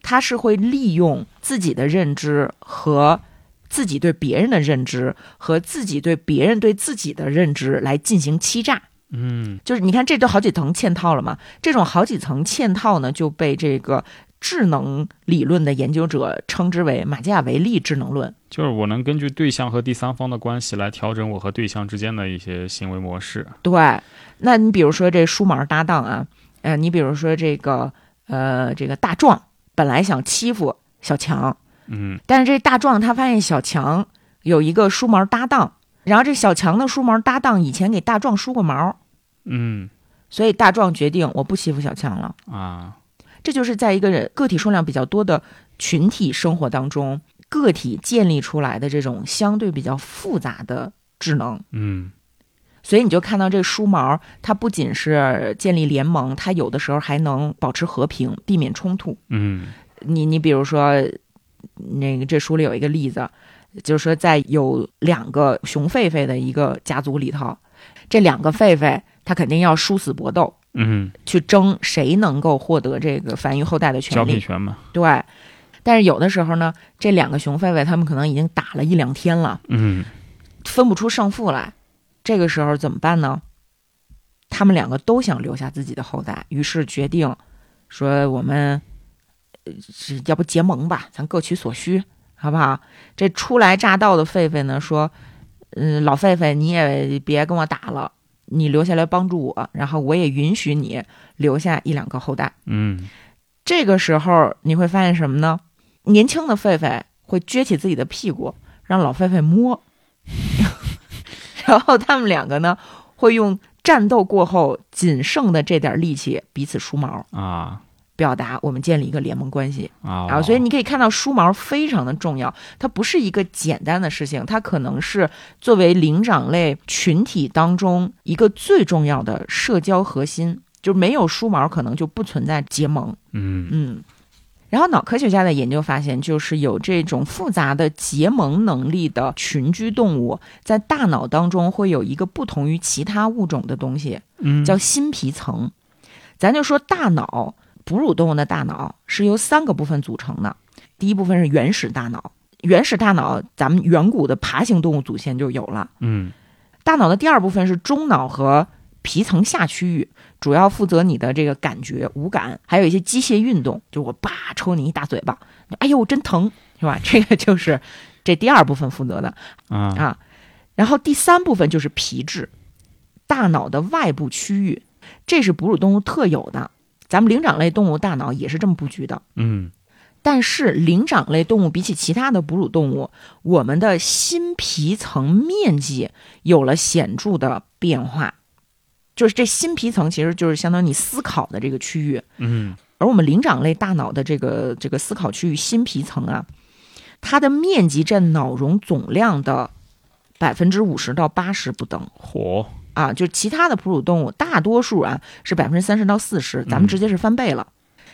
Speaker 1: 它是会利用自己的认知和自己对别人的认知和自己对别人对自己的认知来进行欺诈。
Speaker 2: 嗯
Speaker 1: 就是你看，这都好几层嵌套了嘛。这种好几层嵌套呢，就被这个智能理论的研究者称之为马基雅维利智能论。
Speaker 2: 就是我能根据对象和第三方的关系来调整我和对象之间的一些行为模式，
Speaker 1: 对，那你比如说这梳毛搭档啊，呃，你比如说这个呃这个大壮，本来想欺负小强，
Speaker 2: 嗯
Speaker 1: 但是这大壮他发现小强有一个梳毛搭档，然后这小强的梳毛搭档以前给大壮梳过毛，
Speaker 2: 嗯
Speaker 1: 所以大壮决定我不欺负小强了。
Speaker 2: 啊
Speaker 1: 这就是在一个人个体数量比较多的群体生活当中，个体建立出来的这种相对比较复杂的智能。
Speaker 2: 嗯
Speaker 1: 所以你就看到这梳毛，它不仅是建立联盟，它有的时候还能保持和平，避免冲突。
Speaker 2: 嗯
Speaker 1: 你你比如说，那个这书里有一个例子，就是说在有两个熊狒狒的一个家族里头，这两个狒狒它肯定要殊死搏斗，
Speaker 2: 嗯，
Speaker 1: 去争谁能够获得这个繁育后代的
Speaker 2: 交
Speaker 1: 权
Speaker 2: 配
Speaker 1: 利。
Speaker 2: 权嘛，
Speaker 1: 对，但是有的时候呢，这两个熊狒狒它们可能已经打了一两天了，
Speaker 2: 嗯
Speaker 1: 分不出胜负来，这个时候怎么办呢？他们两个都想留下自己的后代，于是决定说我们，呃是要不结盟吧，咱各取所需，好不好？这初来乍到的狒狒呢说，嗯，老狒狒你也别跟我打了，你留下来帮助我，然后我也允许你留下一两个后代。
Speaker 2: 嗯
Speaker 1: 这个时候你会发现什么呢？年轻的狒狒会撅起自己的屁股，让老狒狒摸， 然后他们两个呢会用战斗过后仅剩的这点力气彼此梳毛，
Speaker 2: 啊
Speaker 1: 表达我们建立一个联盟关系。
Speaker 2: 啊，
Speaker 1: 啊，所以你可以看到梳毛非常的重要，它不是一个简单的事情，它可能是作为灵长类群体当中一个最重要的社交核心，就没有梳毛可能就不存在结盟。
Speaker 2: 嗯
Speaker 1: 嗯，然后脑科学家的研究发现，就是有这种复杂的结盟能力的群居动物，在大脑当中会有一个不同于其他物种的东西，
Speaker 2: 嗯
Speaker 1: 叫新皮层。咱就说大脑，哺乳动物的大脑是由三个部分组成的，第一部分是原始大脑，原始大脑咱们远古的爬行动物祖先就有了。
Speaker 2: 嗯
Speaker 1: 大脑的第二部分是中脑和皮层下区域，主要负责你的这个感觉、五感，还有一些机械运动，就我叭抽你一大嘴巴，你哎呦真疼，是吧？ 这个就是这第二部分负责的。
Speaker 2: 啊
Speaker 1: 啊，然后第三部分就是皮质，大脑的外部区域，这是哺乳动物特有的，咱们灵长类动物大脑也是这么布局的。
Speaker 2: 嗯
Speaker 1: 但是灵长类动物比起其他的哺乳动物，我们的新皮层面积有了显著的变化，就是这新皮层其实就是相当于你思考的这个区域，
Speaker 2: 嗯
Speaker 1: 而我们灵长类大脑的这个这个思考区域新皮层啊，它的面积占脑容总量的百分之五十到八十不等
Speaker 2: 火
Speaker 1: 啊，就其他的哺乳动物大多数啊是百分之三十到四十，咱们直接是翻倍了。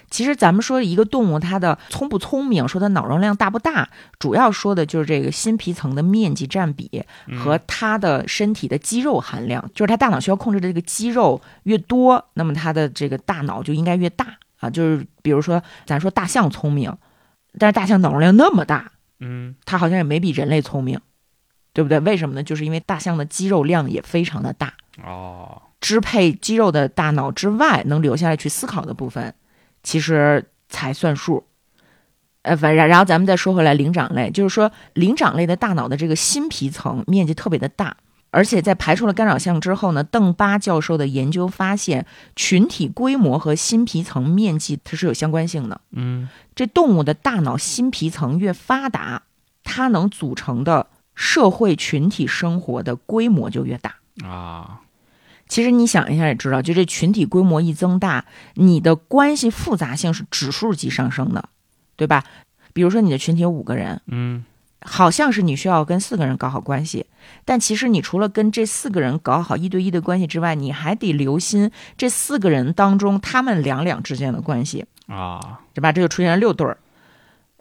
Speaker 1: 其实咱们说一个动物它的聪不聪明，说它脑容量大不大，主要说的就是这个新皮层的面积占比
Speaker 2: 嗯
Speaker 1: 和它的身体的肌肉含量，就是它大脑需要控制的这个肌肉越多，那么它的这个大脑就应该越大啊。就是比如说咱说大象聪明，但是大象脑容量那么大，
Speaker 2: 嗯
Speaker 1: 它好像也没比人类聪明，对不对？为什么呢？就是因为大象的肌肉量也非常的大。
Speaker 2: 哦
Speaker 1: 支配肌肉的大脑之外，能留下来去思考的部分，其实才算数。呃，反然然后咱们再说回来，灵长类就是说，灵长类的大脑的这个新皮层面积特别的大，而且在排除了干扰项之后呢，邓巴教授的研究发现，群体规模和新皮层面积它是有相关性的。
Speaker 2: 嗯
Speaker 1: 这动物的大脑新皮层越发达，它能组成的社会群体生活的规模就越大。
Speaker 2: 啊
Speaker 1: 其实你想一下也知道，就这群体规模一增大，你的关系复杂性是指数级上升的，对吧？比如说你的群体有五个人，
Speaker 2: 嗯
Speaker 1: 好像是你需要跟四个人搞好关系，但其实你除了跟这四个人搞好一对一的关系之外，你还得留心这四个人当中他们两两之间的关系，
Speaker 2: 啊
Speaker 1: 对吧？这就出现了六对儿，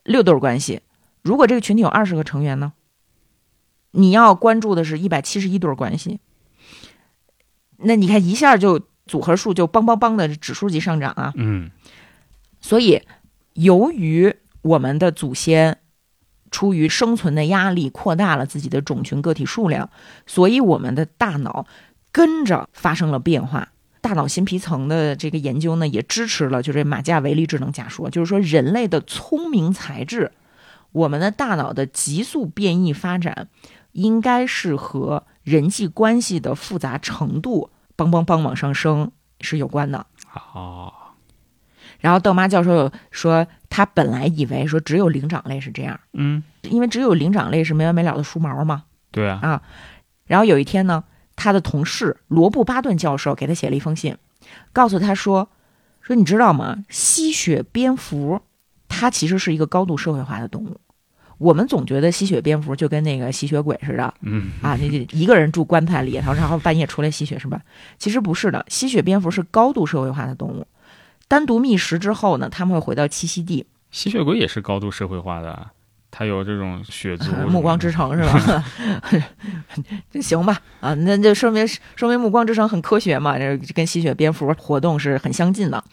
Speaker 1: 六对儿关系。如果这个群体有二十个成员呢，你要关注的是一百七十一对儿关系。那你看一下就组合数就梆梆梆的指数级上涨啊！
Speaker 2: 嗯
Speaker 1: 所以，由于我们的祖先出于生存的压力扩大了自己的种群个体数量，所以我们的大脑跟着发生了变化。大脑新皮层的这个研究呢，也支持了就这马基维利智能假说，就是说人类的聪明才智，我们的大脑的急速变异发展，应该是和人际关系的复杂程度梆梆梆往上升是有关的。
Speaker 2: 啊
Speaker 1: 然后邓妈教授说，他本来以为说只有灵长类是这样，
Speaker 2: 嗯
Speaker 1: 因为只有灵长类是没完没了的梳毛嘛。
Speaker 2: 对啊
Speaker 1: 然后有一天呢，他的同事罗布巴顿教授给他写了一封信，告诉他说，说你知道吗？吸血蝙蝠它其实是一个高度社会化的动物。我们总觉得吸血蝙蝠就跟那个吸血鬼似的，
Speaker 2: 嗯
Speaker 1: 啊，那就一个人住棺材里，然后然后半夜出来吸血是吧？其实不是的，吸血蝙蝠是高度社会化的动物，单独觅食之后呢，它们会回到栖息地，
Speaker 2: 吸血鬼也是高度社会化的啊，它有这种 血族、
Speaker 1: 暮呃光之城是吧？ 这行吧，啊，那就说明说明暮光之城很科学嘛，这跟吸血蝙蝠活动是很相近的。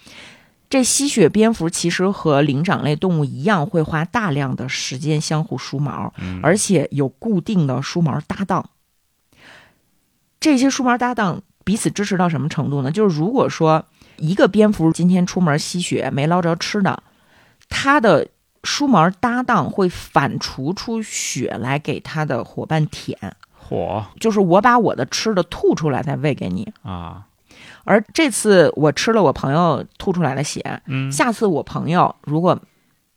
Speaker 1: 这吸血蝙蝠其实和灵长类动物一样，会花大量的时间相互梳毛，
Speaker 2: 嗯
Speaker 1: 而且有固定的梳毛搭档。这些梳毛搭档彼此支持到什么程度呢？就是如果说一个蝙蝠今天出门吸血没捞着吃的，它的梳毛搭档会反刍出血来给它的伙伴舔，
Speaker 2: 火
Speaker 1: 就是我把我的吃的吐出来再喂给你。
Speaker 2: 啊，
Speaker 1: 而这次我吃了我朋友吐出来的血，
Speaker 2: 嗯，
Speaker 1: 下次我朋友如果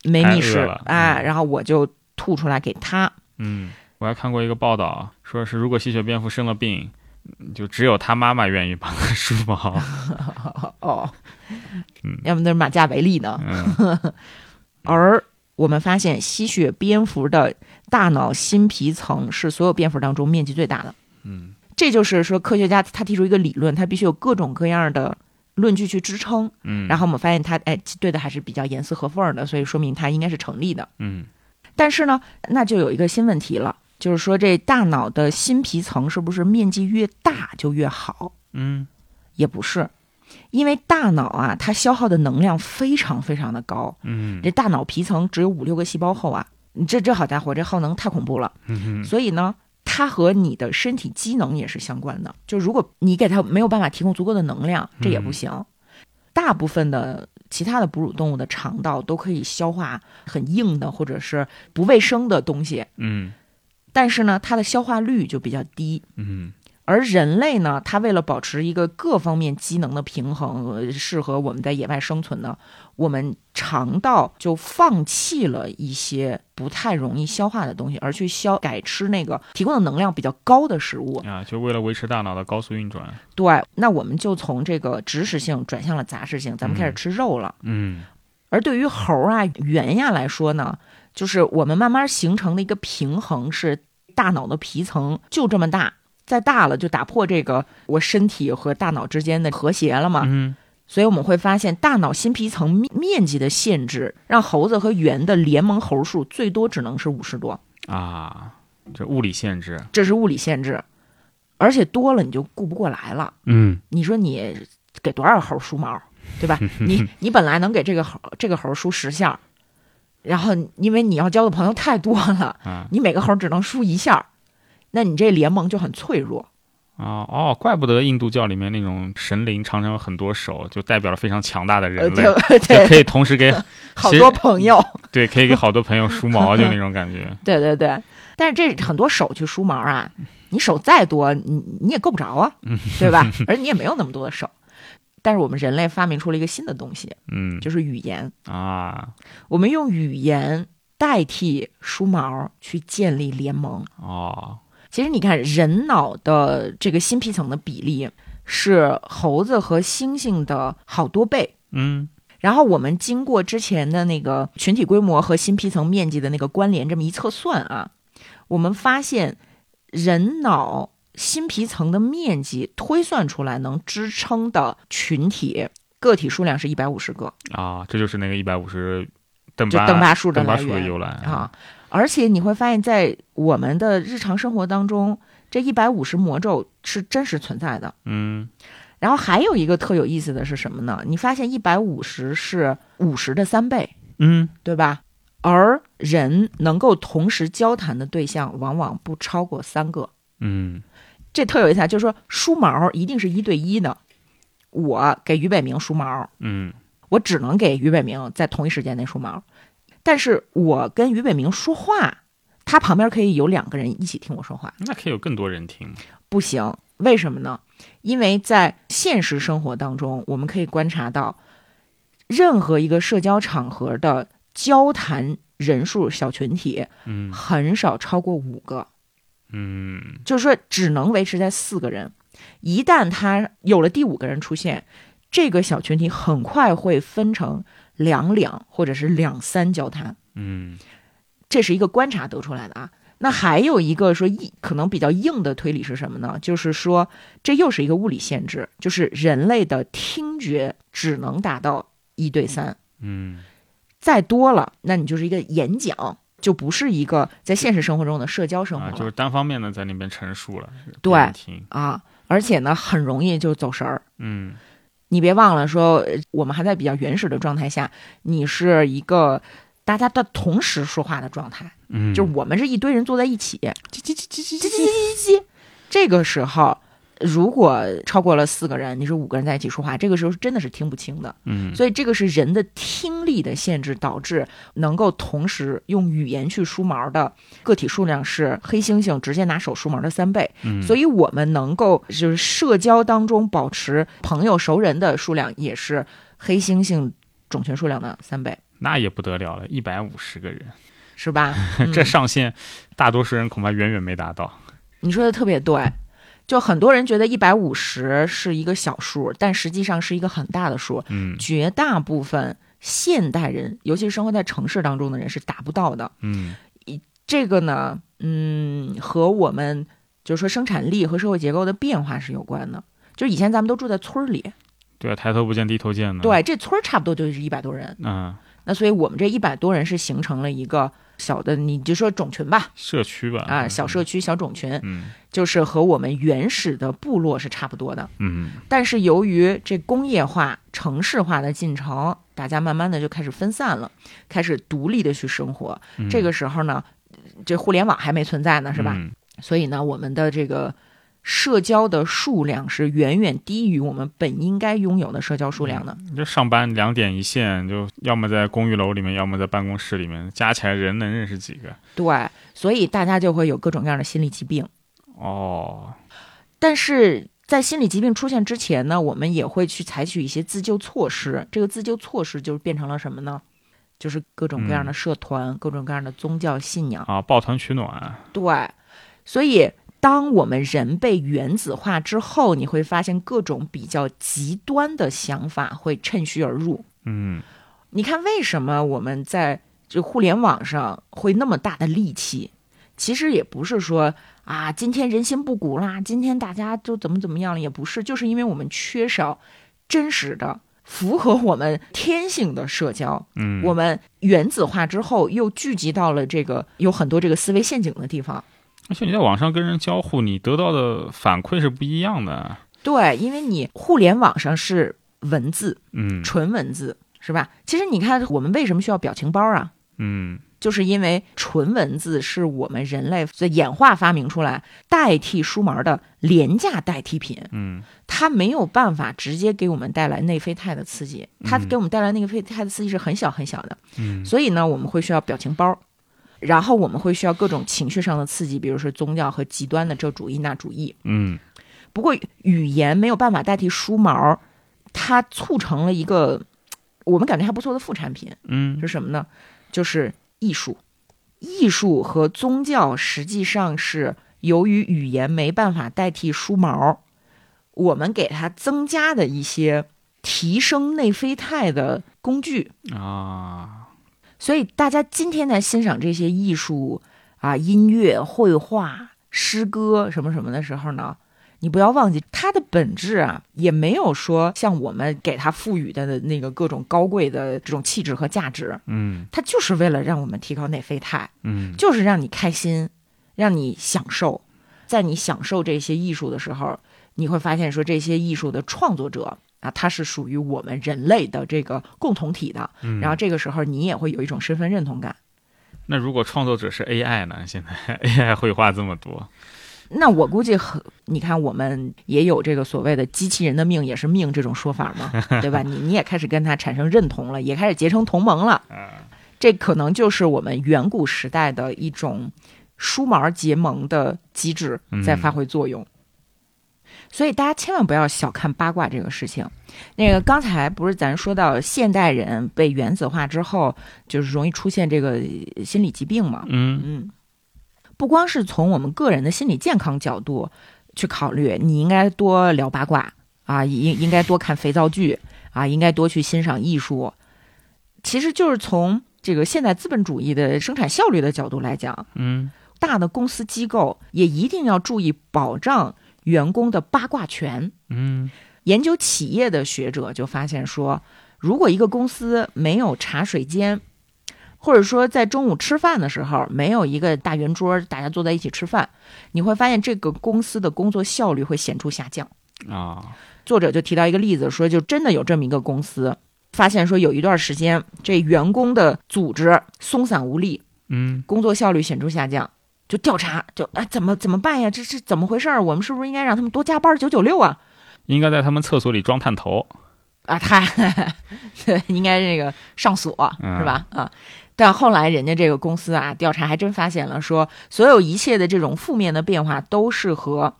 Speaker 1: 没
Speaker 2: 太
Speaker 1: 觅
Speaker 2: 饿
Speaker 1: 食
Speaker 2: 了，
Speaker 1: 哎，
Speaker 2: 嗯
Speaker 1: 然后我就吐出来给他。
Speaker 2: 嗯，我还看过一个报道，说是如果吸血蝙蝠生了病，嗯就只有它妈妈愿意帮它梳毛。
Speaker 1: 哦，
Speaker 2: 嗯
Speaker 1: 要么那是马加维利呢。
Speaker 2: 嗯，
Speaker 1: 而我们发现，吸血蝙蝠的大脑新皮层是所有蝙蝠当中面积最大的。
Speaker 2: 嗯，
Speaker 1: 这就是说，科学家他提出一个理论，他必须有各种各样的论据去支撑。
Speaker 2: 嗯，
Speaker 1: 然后我们发现他，哎，对的还是比较严丝合缝的，所以说明它应该是成立的。
Speaker 2: 嗯
Speaker 1: 但是呢，那就有一个新问题了，就是说这大脑的新皮层是不是面积越大就越好？
Speaker 2: 嗯
Speaker 1: 也不是，因为大脑啊，它消耗的能量非常非常的高。
Speaker 2: 嗯
Speaker 1: 这大脑皮层只有五六个细胞后啊，你这这好家伙，这耗能太恐怖了。
Speaker 2: 嗯
Speaker 1: 所以呢，它和你的身体机能也是相关的。就如果你给它没有办法提供足够的能量，这
Speaker 2: 嗯
Speaker 1: 也不行。大部分的其他的哺乳动物的肠道都可以消化很硬的或者是不卫生的东西，
Speaker 2: 嗯
Speaker 1: 但是呢，它的消化率就比较低。
Speaker 2: 嗯
Speaker 1: 而人类呢，它为了保持一个各方面机能的平衡，呃适合我们在野外生存呢，我们肠道就放弃了一些不太容易消化的东西，而去消改吃那个提供的能量比较高的食物。
Speaker 2: 啊，就为了维持大脑的高速运转。
Speaker 1: 对，那我们就从这个植食性转向了杂食性，咱们开始吃肉了。
Speaker 2: 嗯
Speaker 1: 而对于猴儿啊、猿呀来说呢，就是我们慢慢形成的一个平衡是，大脑的皮层就这么大，再大了就打破这个我身体和大脑之间的和谐了嘛。
Speaker 2: 嗯
Speaker 1: 所以我们会发现，大脑新皮层面面积的限制，让猴子和猿的联盟猴数最多只能是五十多，
Speaker 2: 啊，这物理限制。
Speaker 1: 这是物理限制，而且多了你就顾不过来了。
Speaker 2: 嗯
Speaker 1: 你说你给多少猴梳毛，对 吧？你你本来能给这个猴这个猴梳十下，然后因为你要交的朋友太多了，
Speaker 2: 啊
Speaker 1: 你每个猴只能梳一下，那你这联盟就很脆弱。
Speaker 2: 啊哦，怪不得印度教里面那种神灵常常有很多手，就代表了非常强大的
Speaker 1: 呃，
Speaker 2: 人类，
Speaker 1: 对
Speaker 2: 就可
Speaker 1: 对，
Speaker 2: 以同时给
Speaker 1: 好
Speaker 2: 其实
Speaker 1: 多朋友，
Speaker 2: 对可以给好多朋友梳毛，就那种 感觉。
Speaker 1: 对对对。但是这很多手去梳毛啊，你手再多，你你也够不着 啊，对吧？而你也没有那么多的手。但是我们人类发明出了一个新的东西，
Speaker 2: 嗯
Speaker 1: 就是语言。
Speaker 2: 啊
Speaker 1: 我们用语言代替梳毛去建立联盟。
Speaker 2: 哦
Speaker 1: 其实你看，人脑的这个新皮层的比例是猴子和猩猩的好多倍。
Speaker 2: 嗯
Speaker 1: 然后我们经过之前的那个群体规模和新皮层面积的那个关联这么一测算啊，我们发现人脑新皮层的面积推算出来能支撑的群体个体数量是一百五十个，
Speaker 2: 啊，这就是那个一百五十邓
Speaker 1: 就
Speaker 2: 巴
Speaker 1: 邓巴数的
Speaker 2: 邓巴
Speaker 1: 来
Speaker 2: 数
Speaker 1: 源
Speaker 2: 的。由来
Speaker 1: 啊。而且你会发现在我们的日常生活当中，这一百五十魔咒是真实存在的。
Speaker 2: 嗯
Speaker 1: 然后还有一个特有意思的是什么呢？你发现一百五十是五十的三倍，
Speaker 2: 嗯
Speaker 1: 对吧？而人能够同时交谈的对象往往不超过三个，
Speaker 2: 嗯
Speaker 1: 这特有意思啊！就是说，梳毛一定是一对一的。我给俞北明梳毛，
Speaker 2: 嗯
Speaker 1: 我只能给俞北明在同一时间内梳毛，但是我跟俞北明说话，他旁边可以有两个人一起听我说话，
Speaker 2: 那可以有更多人听。
Speaker 1: 不行，为什么呢？因为在现实生活当中，我们可以观察到，任何一个社交场合的交谈人数小群体
Speaker 2: 嗯
Speaker 1: 很少超过五个，
Speaker 2: 嗯
Speaker 1: 就是说只能维持在四个人。一旦他有了第五个人出现，这个小群体很快会分成两两或者是两三交谈。
Speaker 2: 嗯
Speaker 1: 这是一个观察得出来的啊。那还有一个说硬，可能比较硬的推理是什么呢？就是说，这又是一个物理限制，就是人类的听觉只能达到一对三，
Speaker 2: 嗯，
Speaker 1: 再多了，那你就是一个演讲，就不是一个在现实生活中的社交生活
Speaker 2: 啊，
Speaker 1: 了。
Speaker 2: 就是单方面的在那边陈述了，
Speaker 1: 对
Speaker 2: 别人听，
Speaker 1: 啊，而且呢，很容易就走神儿。
Speaker 2: 嗯
Speaker 1: 你别忘了说，呃我们还在比较原始的状态下，你是一个大家的同时说话的状态，
Speaker 2: 嗯，
Speaker 1: 就是我们是一堆人坐在一起，叽叽叽叽叽叽叽叽叽。这个时候，如果超过了四个人，你是五个人在一起说话，这个时候是真的是听不清的。
Speaker 2: 嗯，
Speaker 1: 所以这个是人的听力的限制，导致能够同时用语言去梳毛的个体数量是黑猩猩直接拿手梳毛的三倍。
Speaker 2: 嗯
Speaker 1: 所以我们能够就是社交当中保持朋友熟人的数量也是黑猩猩种群数量的三倍，
Speaker 2: 那也不得了了，一百五十个人，
Speaker 1: 是吧？
Speaker 2: 这
Speaker 1: 嗯
Speaker 2: 上限大多数人恐怕远远没达到。
Speaker 1: 你说的特别对。就很多人觉得一百五十是一个小数，但实际上是一个很大的数。
Speaker 2: 嗯
Speaker 1: 绝大部分现代人，尤其是生活在城市当中的人是达不到的。
Speaker 2: 嗯
Speaker 1: 这个呢，嗯，和我们就是说生产力和社会结构的变化是有关的。就是以前咱们都住在村儿里，
Speaker 2: 对啊，抬头不见低头见呢。，
Speaker 1: 对，这村儿差不多就是一百多人，
Speaker 2: 嗯，
Speaker 1: 那所以我们这一百多人是形成了一个小的，你就说种群吧，
Speaker 2: 社区吧，
Speaker 1: 啊，小社区、小种群，
Speaker 2: 嗯
Speaker 1: 就是和我们原始的部落是差不多的。
Speaker 2: 嗯
Speaker 1: 但是由于这工业化、城市化的进程，大家慢慢的就开始分散了，开始独立的去生活。
Speaker 2: 嗯，
Speaker 1: 这个时候呢，这互联网还没存在呢，是吧？
Speaker 2: 嗯
Speaker 1: 所以呢，我们的这个社交的数量是远远低于我们本应该拥有的社交数量的。
Speaker 2: 你就上班两点一线，就要么在公寓楼里面，要么在办公室里面，加起来人能认识几个？
Speaker 1: 对，所以大家就会有各种各样的心理疾病。
Speaker 2: 哦，
Speaker 1: 但是在心理疾病出现之前呢，我们也会去采取一些自救措施。这个自救措施就变成了什么呢？就是各种各样的社团、各种各样的宗教信仰。
Speaker 2: 啊，抱团取暖，
Speaker 1: 对，所以当我们人被原子化之后，你会发现各种比较极端的想法会趁虚而入。
Speaker 2: 嗯
Speaker 1: 你看，为什么我们在这互联网上会那么大的戾气？其实也不是说啊，今天人心不古啦，今天大家都怎么怎么样了，也不是，就是因为我们缺少真实的、符合我们天性的社交。
Speaker 2: 嗯，
Speaker 1: 我们原子化之后，又聚集到了这个有很多这个思维陷阱的地方。
Speaker 2: 而且你在网上跟人交互，你得到的反馈是不一样的。
Speaker 1: 对，因为你互联网上是文字，
Speaker 2: 嗯
Speaker 1: 纯文字，是吧？其实你看，我们为什么需要表情包啊？
Speaker 2: 嗯
Speaker 1: 就是因为纯文字是我们人类在演化发明出来代替书毛的廉价代替品，
Speaker 2: 嗯
Speaker 1: 它没有办法直接给我们带来内啡肽的刺激，它
Speaker 2: 嗯
Speaker 1: 给我们带来内啡肽的刺激是很小很小的，
Speaker 2: 嗯
Speaker 1: 所以呢，我们会需要表情包。然后我们会需要各种情绪上的刺激，比如说宗教和极端的这主义那主义。
Speaker 2: 嗯
Speaker 1: 不过语言没有办法代替梳毛，它促成了一个我们感觉还不错的副产品。
Speaker 2: 嗯
Speaker 1: 是什么呢？就是艺术。艺术和宗教实际上是由于语言没办法代替梳毛，我们给它增加的一些提升内啡肽的工具。
Speaker 2: 啊，
Speaker 1: 所以大家今天在欣赏这些艺术啊、音乐、绘画、诗歌什么什么的时候呢，你不要忘记它的本质啊，也没有说像我们给它赋予的那个各种高贵的这种气质和价值，
Speaker 2: 嗯
Speaker 1: 它就是为了让我们提高内啡肽，
Speaker 2: 嗯
Speaker 1: 就是让你开心，让你享受。在你享受这些艺术的时候，你会发现说这些艺术的创作者啊，他是属于我们人类的这个共同体的。
Speaker 2: 嗯，
Speaker 1: 然后这个时候你也会有一种身份认同感。
Speaker 2: 那如果创作者是 AI 呢？现在 AI 绘画这么多，
Speaker 1: 那我估计很，你看我们也有这个所谓的“机器人的命也是命”这种说法嘛，对吧？你你也开始跟他产生认同了，也开始结成同盟了。这可能就是我们远古时代的一种梳毛结盟的机制在发挥作用。所以大家千万不要小看八卦这个事情。那个刚才不是咱说到现代人被原子化之后，就是容易出现这个心理疾病嘛？
Speaker 2: 嗯
Speaker 1: 嗯，不光是从我们个人的心理健康角度去考虑，你应该多聊八卦啊，应应该多看肥皂剧啊，应该多去欣赏艺术。其实就是从这个现代资本主义的生产效率的角度来讲，
Speaker 2: 嗯
Speaker 1: 大的公司机构也一定要注意保障员工的八卦权。
Speaker 2: 嗯
Speaker 1: 研究企业的学者就发现说，如果一个公司没有茶水间，或者说在中午吃饭的时候没有一个大圆桌，大家坐在一起吃饭，你会发现这个公司的工作效率会显著下降。
Speaker 2: 啊，
Speaker 1: 作者就提到一个例子，说就真的有这么一个公司，发现说有一段时间这员工的组织松散无力，
Speaker 2: 嗯
Speaker 1: 工作效率显著下降，就调查，就哎怎么怎么办呀？这这怎么回事儿？我们是不是应该让他们多加班九九六啊？
Speaker 2: 应该在他们厕所里装探头。
Speaker 1: 啊，他 对应该这个上锁
Speaker 2: 嗯
Speaker 1: 是吧？啊，但后来人家这个公司啊，调查还真发现了说，所有一切的这种负面的变化都是和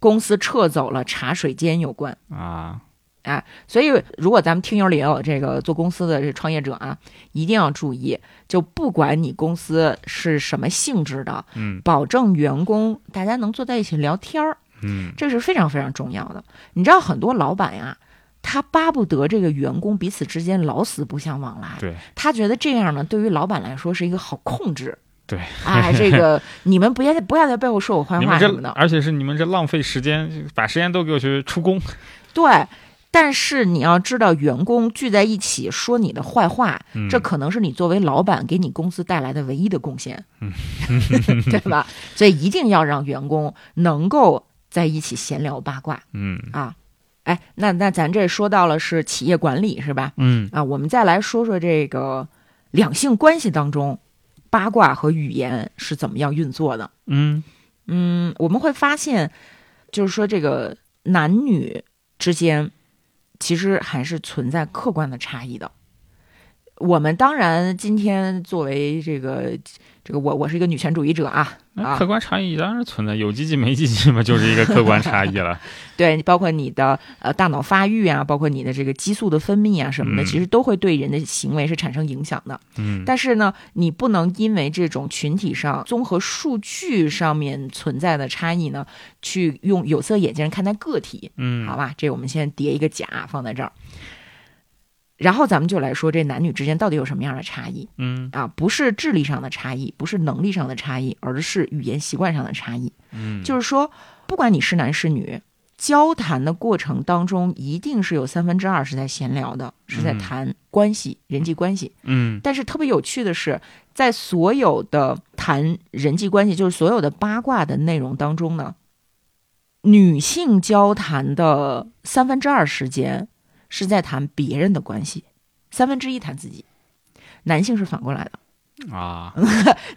Speaker 1: 公司撤走了茶水间有关。
Speaker 2: 啊，
Speaker 1: 所以，如果咱们听友里有这个做公司的这创业者啊，一定要注意，就不管你公司是什么性质的，
Speaker 2: 嗯
Speaker 1: 保证员工大家能坐在一起聊天儿，
Speaker 2: 嗯
Speaker 1: 这是非常非常重要的。你知道，很多老板呀、他巴不得这个员工彼此之间老死不相往来，
Speaker 2: 对，
Speaker 1: 他觉得这样呢，对于老板来说是一个好控制。
Speaker 2: 对，
Speaker 1: 哎，这 个你们别不要在背后说我坏
Speaker 2: 你
Speaker 1: 话
Speaker 2: 们
Speaker 1: 什么
Speaker 2: 这
Speaker 1: 的，
Speaker 2: 而且是你们这浪费时间，把时间都给我去出工。
Speaker 1: 对。但是你要知道，员工聚在一起说你的坏话，
Speaker 2: 嗯
Speaker 1: 这可能是你作为老板给你公司带来的唯一的贡献，
Speaker 2: 嗯
Speaker 1: 对吧？所以一定要让员工能够在一起闲聊八卦
Speaker 2: 嗯
Speaker 1: 啊。哎，那那咱这说到了是企业管理是吧？
Speaker 2: 嗯
Speaker 1: 啊，我们再来说说这个两性关系当中，八卦和语言是怎么样运作的？
Speaker 2: 嗯
Speaker 1: 嗯，我们会发现，就是说这个男女之间其实还是存在客观的差异的。我们当然今天作为这个这个我我是一个女权主义者啊
Speaker 2: 那
Speaker 1: 啊
Speaker 2: 客，观差异当然存在，有积极没积极嘛，就是一个客观差异 了。
Speaker 1: 对，包括你的呃大脑发育啊，包括你的这个激素的分泌啊什么的，
Speaker 2: 嗯
Speaker 1: 其实都会对人的行为是产生影响的。
Speaker 2: 嗯
Speaker 1: 但是呢，你不能因为这种群体上综合数据上面存在的差异呢，去用有色眼镜看待个体。
Speaker 2: 嗯，
Speaker 1: 好吧，这我们先叠一个甲放在这儿，然后咱们就来说这男女之间到底有什么样的差异
Speaker 2: 嗯
Speaker 1: 啊？不是智力上的差异，不是能力上的差异，而是语言习惯上的差异。
Speaker 2: 嗯，
Speaker 1: 就是说，不管你是男是女，交谈的过程当中，一定是有三分之二是在闲聊的，是在
Speaker 2: 嗯
Speaker 1: 谈关系、人际关系。
Speaker 2: 嗯
Speaker 1: 但是特别有趣的是，在所有的谈人际关系，就是所有的八卦的内容当中呢，女性交谈的三分之二时间是在谈别人的关系，三分之一谈自己。男性是反过来的，
Speaker 2: 啊，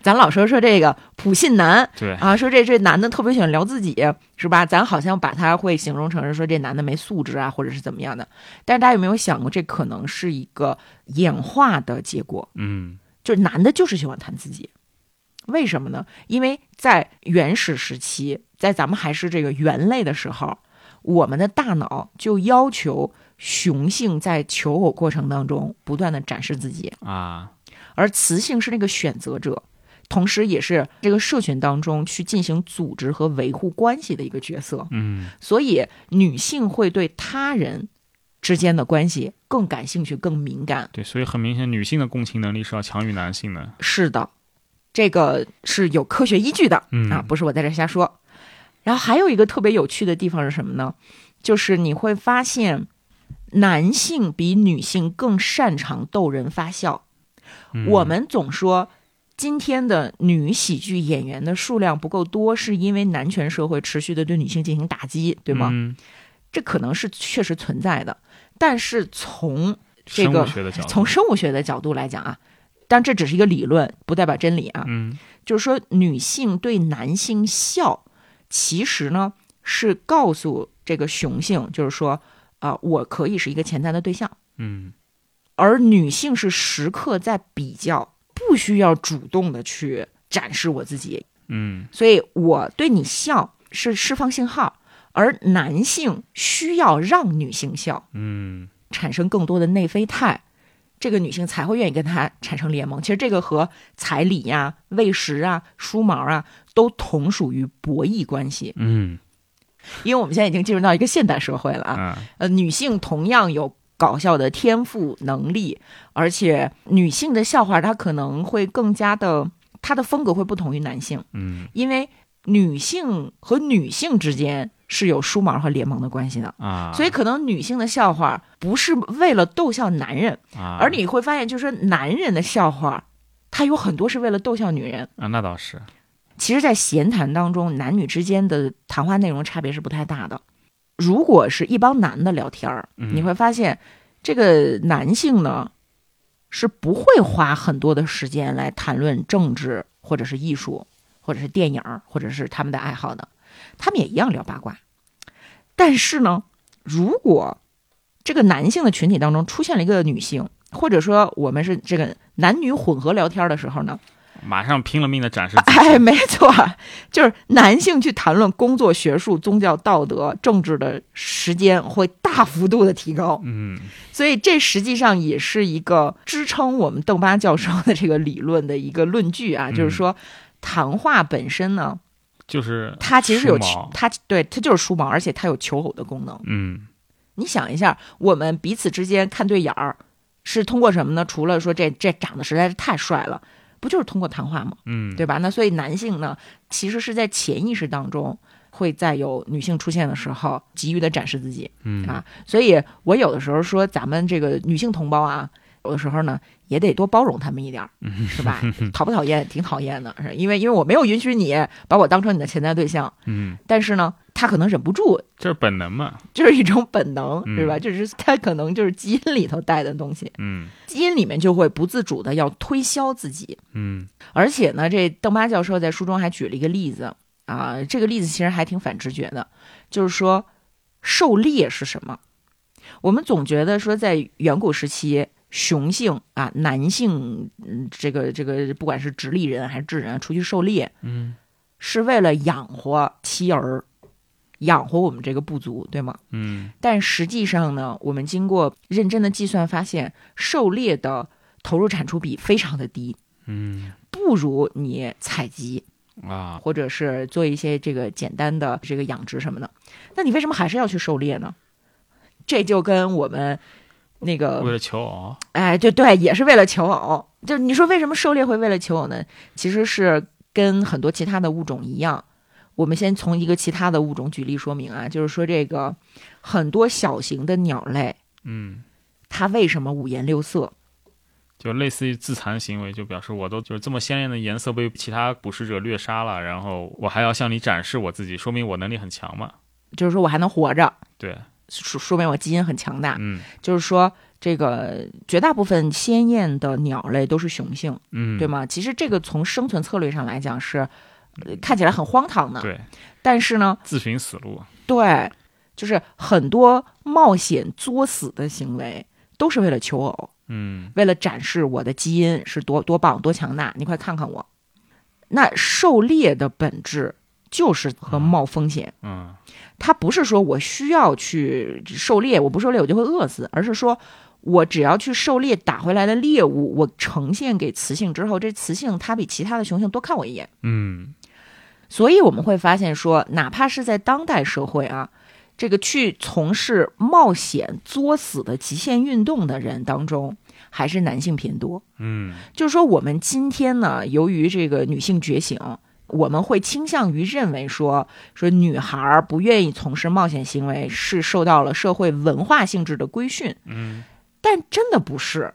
Speaker 1: 咱老说说这个普信男
Speaker 2: 对，
Speaker 1: 啊，说这这男的特别喜欢聊自己，是吧？咱好像把他会形容成是说这男的没素质啊，或者是怎么样的。但是大家有没有想过，这可能是一个演化的结果？
Speaker 2: 嗯
Speaker 1: 就是男的就是喜欢谈自己，为什么呢？因为在原始时期，在咱们还是这个猿类的时候，我们的大脑就要求雄性在求偶过程当中不断的展示自己，
Speaker 2: 啊，
Speaker 1: 而雌性是那个选择者，同时也是这个社群当中去进行组织和维护关系的一个角色。
Speaker 2: 嗯
Speaker 1: 所以，女性会对他人之间的关系更感兴趣、更敏感，
Speaker 2: 对，所以很明显，女性的共情能力是要强于男性的。
Speaker 1: 是的，这个是有科学依据的、
Speaker 2: 嗯
Speaker 1: 啊，不是我在这瞎说。然后还有一个特别有趣的地方是什么呢？就是你会发现，男性比女性更擅长逗人发笑。
Speaker 2: 嗯
Speaker 1: 我们总说今天的女喜剧演员的数量不够多，是因为男权社会持续的对女性进行打击，对吗？
Speaker 2: 嗯
Speaker 1: 这可能是确实存在的，但是从这
Speaker 2: 生
Speaker 1: 个
Speaker 2: 物学的角度，
Speaker 1: 从生物学的角度来讲啊，但这只是一个理论，不代表真理啊。
Speaker 2: 嗯
Speaker 1: 就是说女性对男性笑，其实呢是告诉这个雄性，就是说啊、我可以是一个潜在的对象，
Speaker 2: 嗯
Speaker 1: 而女性是时刻在比较，不需要主动的去展示我自己，
Speaker 2: 嗯
Speaker 1: 所以我对你笑是释放信号，而男性需要让女性笑，
Speaker 2: 嗯
Speaker 1: 产生更多的内啡肽。这个女性才会愿意跟他产生联盟。其实这个和彩礼呀、喂食啊、梳毛啊都同属于博弈关系，
Speaker 2: 嗯
Speaker 1: 因为我们现在已经进入到一个现代社会了啊。
Speaker 2: 啊
Speaker 1: 呃，女性同样有搞笑的天赋能力，而且女性的笑话它可能会更加的，它的风格会不同于男性，
Speaker 2: 嗯
Speaker 1: 因为女性和女性之间是有梳毛和联盟的关系的，
Speaker 2: 啊，
Speaker 1: 所以可能女性的笑话不是为了逗笑男人，
Speaker 2: 啊，
Speaker 1: 而你会发现，就是说男人的笑话，它有很多是为了逗笑女人。
Speaker 2: 啊，那倒是，
Speaker 1: 其实，在闲谈当中，男女之间的谈话内容差别是不太大的。如果是一帮男的聊天儿，
Speaker 2: 嗯
Speaker 1: 你会发现，这个男性呢是不会花很多的时间来谈论政治或者是艺术，或者是电影儿，或者是他们的爱好的。他们也一样聊八卦，但是呢，如果这个男性的群体当中出现了一个女性，或者说我们是这个男女混合聊天的时候呢，
Speaker 2: 马上拼了命的展示自 己，
Speaker 1: 哎，没错，就是男性去谈论工作、学术、宗教、道德、政治的时间会大幅度的提高，
Speaker 2: 嗯
Speaker 1: 所以这实际上也是一个支撑我们邓巴教授的这个理论的一个论据啊，
Speaker 2: 嗯
Speaker 1: 就是说。谈话本身呢，
Speaker 2: 就是
Speaker 1: 它其实是有
Speaker 2: 梳毛
Speaker 1: 它对它就是梳毛，而且它有求偶的功能。
Speaker 2: 嗯
Speaker 1: 你想一下，我们彼此之间看对眼儿，是通过什么呢？除了说这这长得实在是太帅了，不就是通过谈话吗？
Speaker 2: 嗯，
Speaker 1: 对吧？那所以男性呢，其实是在潜意识当中会在有女性出现的时候，急于的展示自己
Speaker 2: 嗯
Speaker 1: 啊。所以我有的时候说，咱们这个女性同胞啊，有的时候呢也得多包容她们一点儿，
Speaker 2: 嗯
Speaker 1: 是 吧？讨不讨厌？挺讨厌的，是因为因为我没有允许你把我当成你的潜在对象，
Speaker 2: 嗯，
Speaker 1: 但是呢，他可能忍不住，
Speaker 2: 这是本能嘛，
Speaker 1: 就是一种本能，
Speaker 2: 嗯
Speaker 1: 是吧？就是他可能就是基因里头带的东西，
Speaker 2: 嗯
Speaker 1: 基因里面就会不自主的要推销自己，
Speaker 2: 嗯
Speaker 1: 而且呢，这邓巴教授在书中还举了一个例子啊，这个例子其实还挺反直觉的，就是说狩猎是什么？我们总觉得说在远古时期，雄性啊，男性，嗯，这个这个，不管是直立人还是智人啊，出去狩猎
Speaker 2: 嗯
Speaker 1: 是为了养活妻儿，养活我们这个部族，对吗？
Speaker 2: 嗯
Speaker 1: 但实际上呢，我们经过认真的计算发现，狩猎的投入产出比非常的低。
Speaker 2: 嗯
Speaker 1: 不如你采集，
Speaker 2: 啊，
Speaker 1: 或者是做一些这个简单的这个养殖什么的。那你为什么还是要去狩猎呢？这就跟我们那
Speaker 2: 为
Speaker 1: 个，
Speaker 2: 了求偶，
Speaker 1: 哎，对对，也是为了求偶。就你说为什么狩猎会为了求偶呢？其实是跟很多其他的物种一样。我们先从一个其他的物种举例说明啊，就是说这个很多小型的鸟类，
Speaker 2: 嗯，
Speaker 1: 它为什么五颜六色？
Speaker 2: 就类似于自残行为，就表示我都就是这么鲜艳的颜色被其他捕食者掠杀了，然后我还要向你展示我自己，说明我能力很强嘛，
Speaker 1: 就是说我还能活着，
Speaker 2: 对，
Speaker 1: 说说明我基因很强大。
Speaker 2: 嗯
Speaker 1: 就是说，这个绝大部分鲜艳的鸟类都是雄性，
Speaker 2: 嗯，
Speaker 1: 对？吗？其实这个从生存策略上来讲是、呃看起来很荒唐的，
Speaker 2: 对，
Speaker 1: 但是呢，
Speaker 2: 自寻死路，啊
Speaker 1: 对，就是很多冒险作死的行为都是为了求偶，
Speaker 2: 嗯
Speaker 1: 为了展示我的基因是多多棒多强大，你快看看我。那狩猎的本质就是和冒风险，
Speaker 2: 嗯
Speaker 1: 它不是说我需要去狩猎，我不狩猎我就会饿死，而是说我只要去狩猎打回来的猎物，我呈现给雌性之后，这雌性它比其他的雄性多看我一眼。
Speaker 2: 嗯
Speaker 1: 所以我们会发现说，哪怕是在当代社会啊，这个去从事冒险作死的极限运动的人当中，还是男性偏多。
Speaker 2: 嗯
Speaker 1: 就是说，我们今天呢，由于这个女性觉醒，我们会倾向于认为说，说女孩儿不愿意从事冒险行为是受到了社会文化性质的规训，
Speaker 2: 嗯
Speaker 1: 但真的不是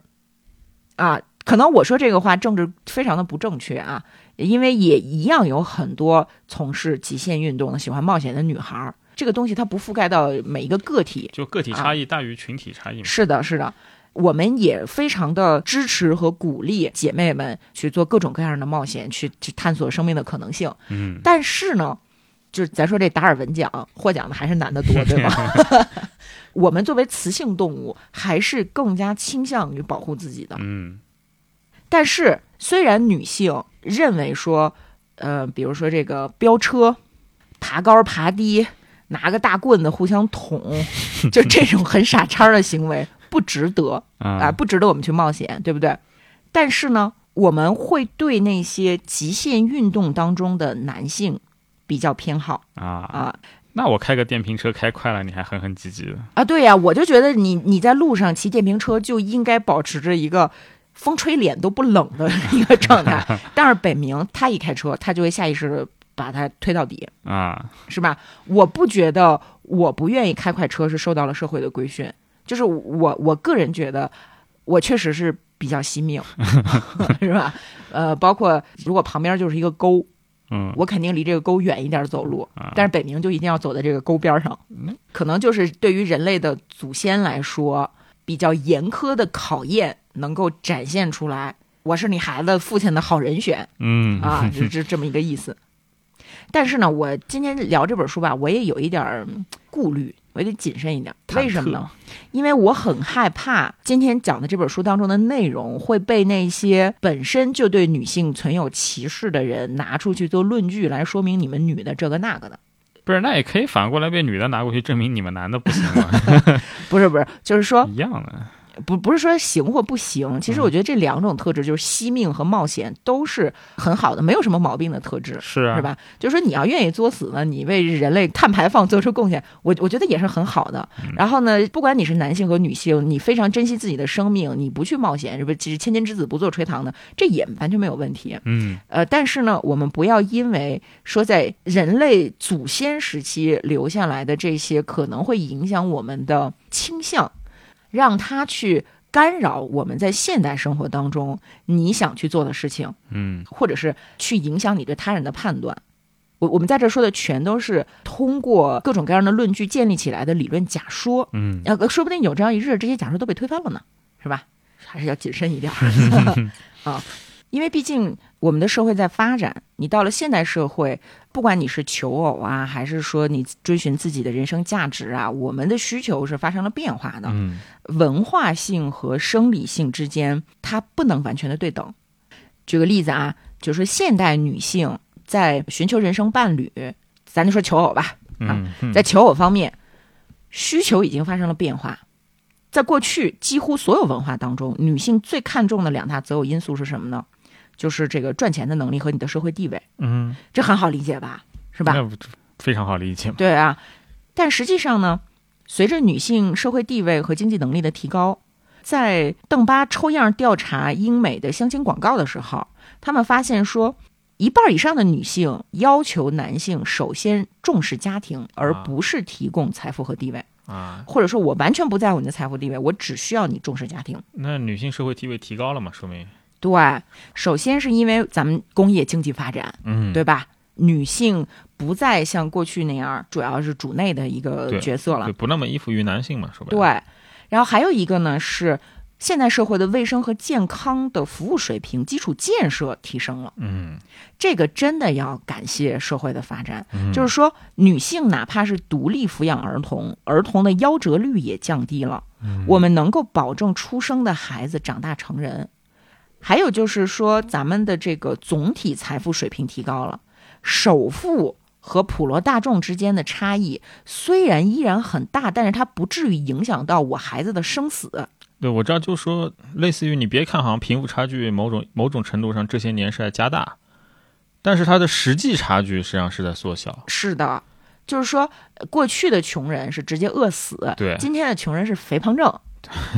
Speaker 1: 啊。可能我说这个话政治非常的不正确啊，因为也一样有很多从事极限运动的、喜欢冒险的女孩儿。这个东西它不覆盖到每一个个体，
Speaker 2: 就个体差异大于群体差异嘛，
Speaker 1: 是的，是的，我们也非常的支持和鼓励姐妹们去做各种各样的冒险，去去探索生命的可能性。
Speaker 2: 嗯
Speaker 1: 但是呢，就是咱说这达尔文奖获奖的还是男的多，对
Speaker 2: 嗯
Speaker 1: 吗？我们作为雌性动物，还是更加倾向于保护自己的。
Speaker 2: 嗯
Speaker 1: 但是，虽然女性认为说，呃，比如说这个飙车、爬高爬低、拿个大棍子互相 捅，就这种很傻叉儿的行为不值得啊，
Speaker 2: 啊
Speaker 1: 不值得我们去冒险，对不对？但是呢，我们会对那些极限运动当中的男性比较偏好
Speaker 2: 啊
Speaker 1: 啊，
Speaker 2: 那我开个电瓶车开快了，你还哼哼唧唧的。
Speaker 1: 啊，对呀、我就觉得你你在路上骑电瓶车就应该保持着一个风吹脸都不冷的 一个状态。但是北明他一开车，他就会下意识地把他推到底，
Speaker 2: 啊，
Speaker 1: 是吧？我不觉得我不愿意开快车是受到了社会的规训，就是我我个人觉得我确实是比较惜命， 是吧？呃，包括如果旁边就是一个沟，
Speaker 2: 嗯，
Speaker 1: 我肯定离这个沟远一点走路，
Speaker 2: 啊
Speaker 1: 但是北冥就一定要走在这个沟边儿上，可能就是对于人类的祖先来说，比较严苛的考验能够展现出来，我是你孩子父亲的好人选
Speaker 2: 嗯
Speaker 1: 啊，这这这么一个意思。但是呢，我今天聊这本书吧，我也有一点儿嗯顾虑，我也得谨慎一点。
Speaker 2: 忐忑
Speaker 1: 为什么呢？因为我很害怕今天讲的这本书当中的内容会被那些本身就对女性存有歧视的人拿出去做论据来说明你们女的这个那个的。
Speaker 2: 不是，那也可以反过来被女的拿过去证明你们男的不行吗？
Speaker 1: 不是不是，就是说
Speaker 2: 一样的，
Speaker 1: 不不是说行或不行，其实
Speaker 2: 嗯
Speaker 1: 我觉得这两种特质就是惜命和冒险都是很好的，没有什么毛病的特质。
Speaker 2: 是啊，
Speaker 1: 是？吧？就是说你要愿意作死呢，你为人类碳排放做出贡献，我我觉得也是很好的。然后呢，不管你是男性和女性，你非常珍惜自己的生命，你不去冒险，是不是？其实千金之子不做垂堂的，这也完全没有问题。
Speaker 2: 嗯，
Speaker 1: 呃，但是呢，我们不要因为说在人类祖先时期留下来的这些可能会影响我们的倾向，让它去干扰我们在现代生活当中你想去做的事情，
Speaker 2: 嗯，
Speaker 1: 或者是去影响你对他人的判断。我我们在这说的全都是通过各种各样的论据建立起来的理论假说，
Speaker 2: 嗯，
Speaker 1: 呃，说不定有朝一日这些假设都被推翻了呢，是吧？还是要谨慎一点儿 啊，因为毕竟我们的社会在发展，你到了现代社会，不管你是求偶啊，还是说你追寻自己的人生价值啊，我们的需求是发生了变化的。
Speaker 2: 嗯，
Speaker 1: 文化性和生理性之间，它不能完全的对等。举个例子啊，就是说现代女性在寻求人生伴侣，咱就说求偶吧，
Speaker 2: 嗯，嗯
Speaker 1: 啊在求偶方面，需求已经发生了变化。在过去，几乎所有文化当中，女性最看重的两大择偶因素是什么呢？就是这个赚钱的能力和你的社会地位，
Speaker 2: 嗯，
Speaker 1: 这很好理解吧？是
Speaker 2: 是
Speaker 1: 吧？
Speaker 2: 那不非常好理解嘛，
Speaker 1: 对啊，但实际上呢，随着女性社会地位和经济能力的提高，在邓巴抽样调查英美的相亲广告的时候，他们发现说，一半以上的女性要求男性首先重视家庭，而
Speaker 2: 啊
Speaker 1: 不是提供财富和地位，
Speaker 2: 啊，
Speaker 1: 或者说我完全不在乎你的财富地位，我只需要你重视家庭。
Speaker 2: 那女性社会地位提高了嘛，说明，
Speaker 1: 对，首先是因为咱们工业经济发展，
Speaker 2: 嗯，
Speaker 1: 对吧？女性不再像过去那样主要是主内的一个
Speaker 2: 对
Speaker 1: 角色了
Speaker 2: 对，，不那么依附于男性嘛，说白了，
Speaker 1: 对，然后还有一个呢是现代社会的卫生和健康的服务水平、基础建设提升了，
Speaker 2: 嗯，
Speaker 1: 这个真的要感谢社会的发展。
Speaker 2: 嗯，
Speaker 1: 就是说，女性哪怕是独立抚养儿童，儿童的夭折率也降低了。我们能够保证出生的孩子长大成人。还有就是说，咱们的这个总体财富水平提高了，首富和普罗大众之间的差异虽然依然很大，但是它不至于影响到我孩子的生死。
Speaker 2: 对我知道，就是说，类似于你别看好像贫富差距某种某种程度上这些年是在加大，但是它的实际差距实际上是在缩小，
Speaker 1: 是的，就是说，呃过去的穷人是直接饿死，
Speaker 2: 对
Speaker 1: 今天的穷人是肥胖症，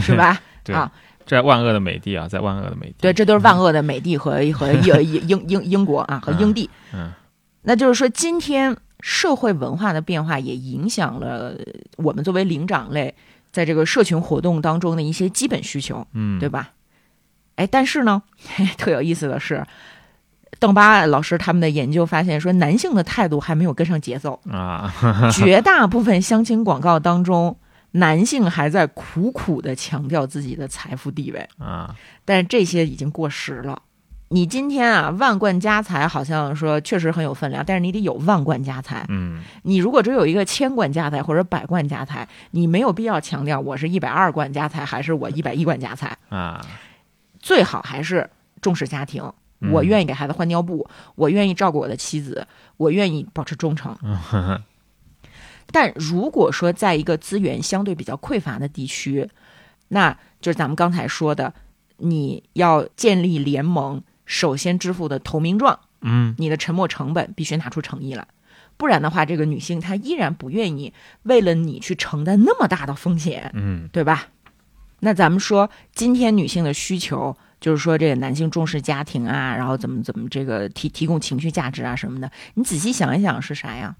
Speaker 1: 是吧？
Speaker 2: 对
Speaker 1: 啊，
Speaker 2: 在万恶的美帝啊，在万恶的美帝，
Speaker 1: 对，这都是万恶的美帝和 和英英英英英国啊和英帝。
Speaker 2: 嗯嗯
Speaker 1: 那就是说，今天社会文化的变化也影响了我们作为灵长类在这个社群活动当中的一些基本需求，
Speaker 2: 嗯，
Speaker 1: 对吧？哎，但是呢，特有意思的是，邓巴老师他们的研究发现说，男性的态度还没有跟上节奏，
Speaker 2: 啊，
Speaker 1: 绝大部分相亲广告当中，男性还在苦苦的强调自己的财富地位。
Speaker 2: 啊，
Speaker 1: 但是这些已经过时了。你今天啊，万贯家财好像说确实很有分量，但是你得有万贯家财。
Speaker 2: 嗯，
Speaker 1: 你如果只有一个千贯家财或者百贯家财，你没有必要强调我是一百二贯家财还是我一百一贯家财。
Speaker 2: 啊，
Speaker 1: 最好还是重视家庭。
Speaker 2: 嗯
Speaker 1: 我愿意给孩子换尿布，我愿意照顾我的妻子，我愿意保持忠 诚。但如果说在一个资源相对比较匮乏的地区，那就是咱们刚才说的，你要建立联盟，首先支付的投名状，
Speaker 2: 嗯，
Speaker 1: 你的沉没成本必须拿出诚意来，不然的话，这个女性她依然不愿意为了你去承担那么大的风险，
Speaker 2: 嗯
Speaker 1: 对吧？那咱们说，今天女性的需求就是说，这个男性重视家庭啊，然后怎么怎么这个提提供情绪价值啊什么的，你仔细想一想是啥呀？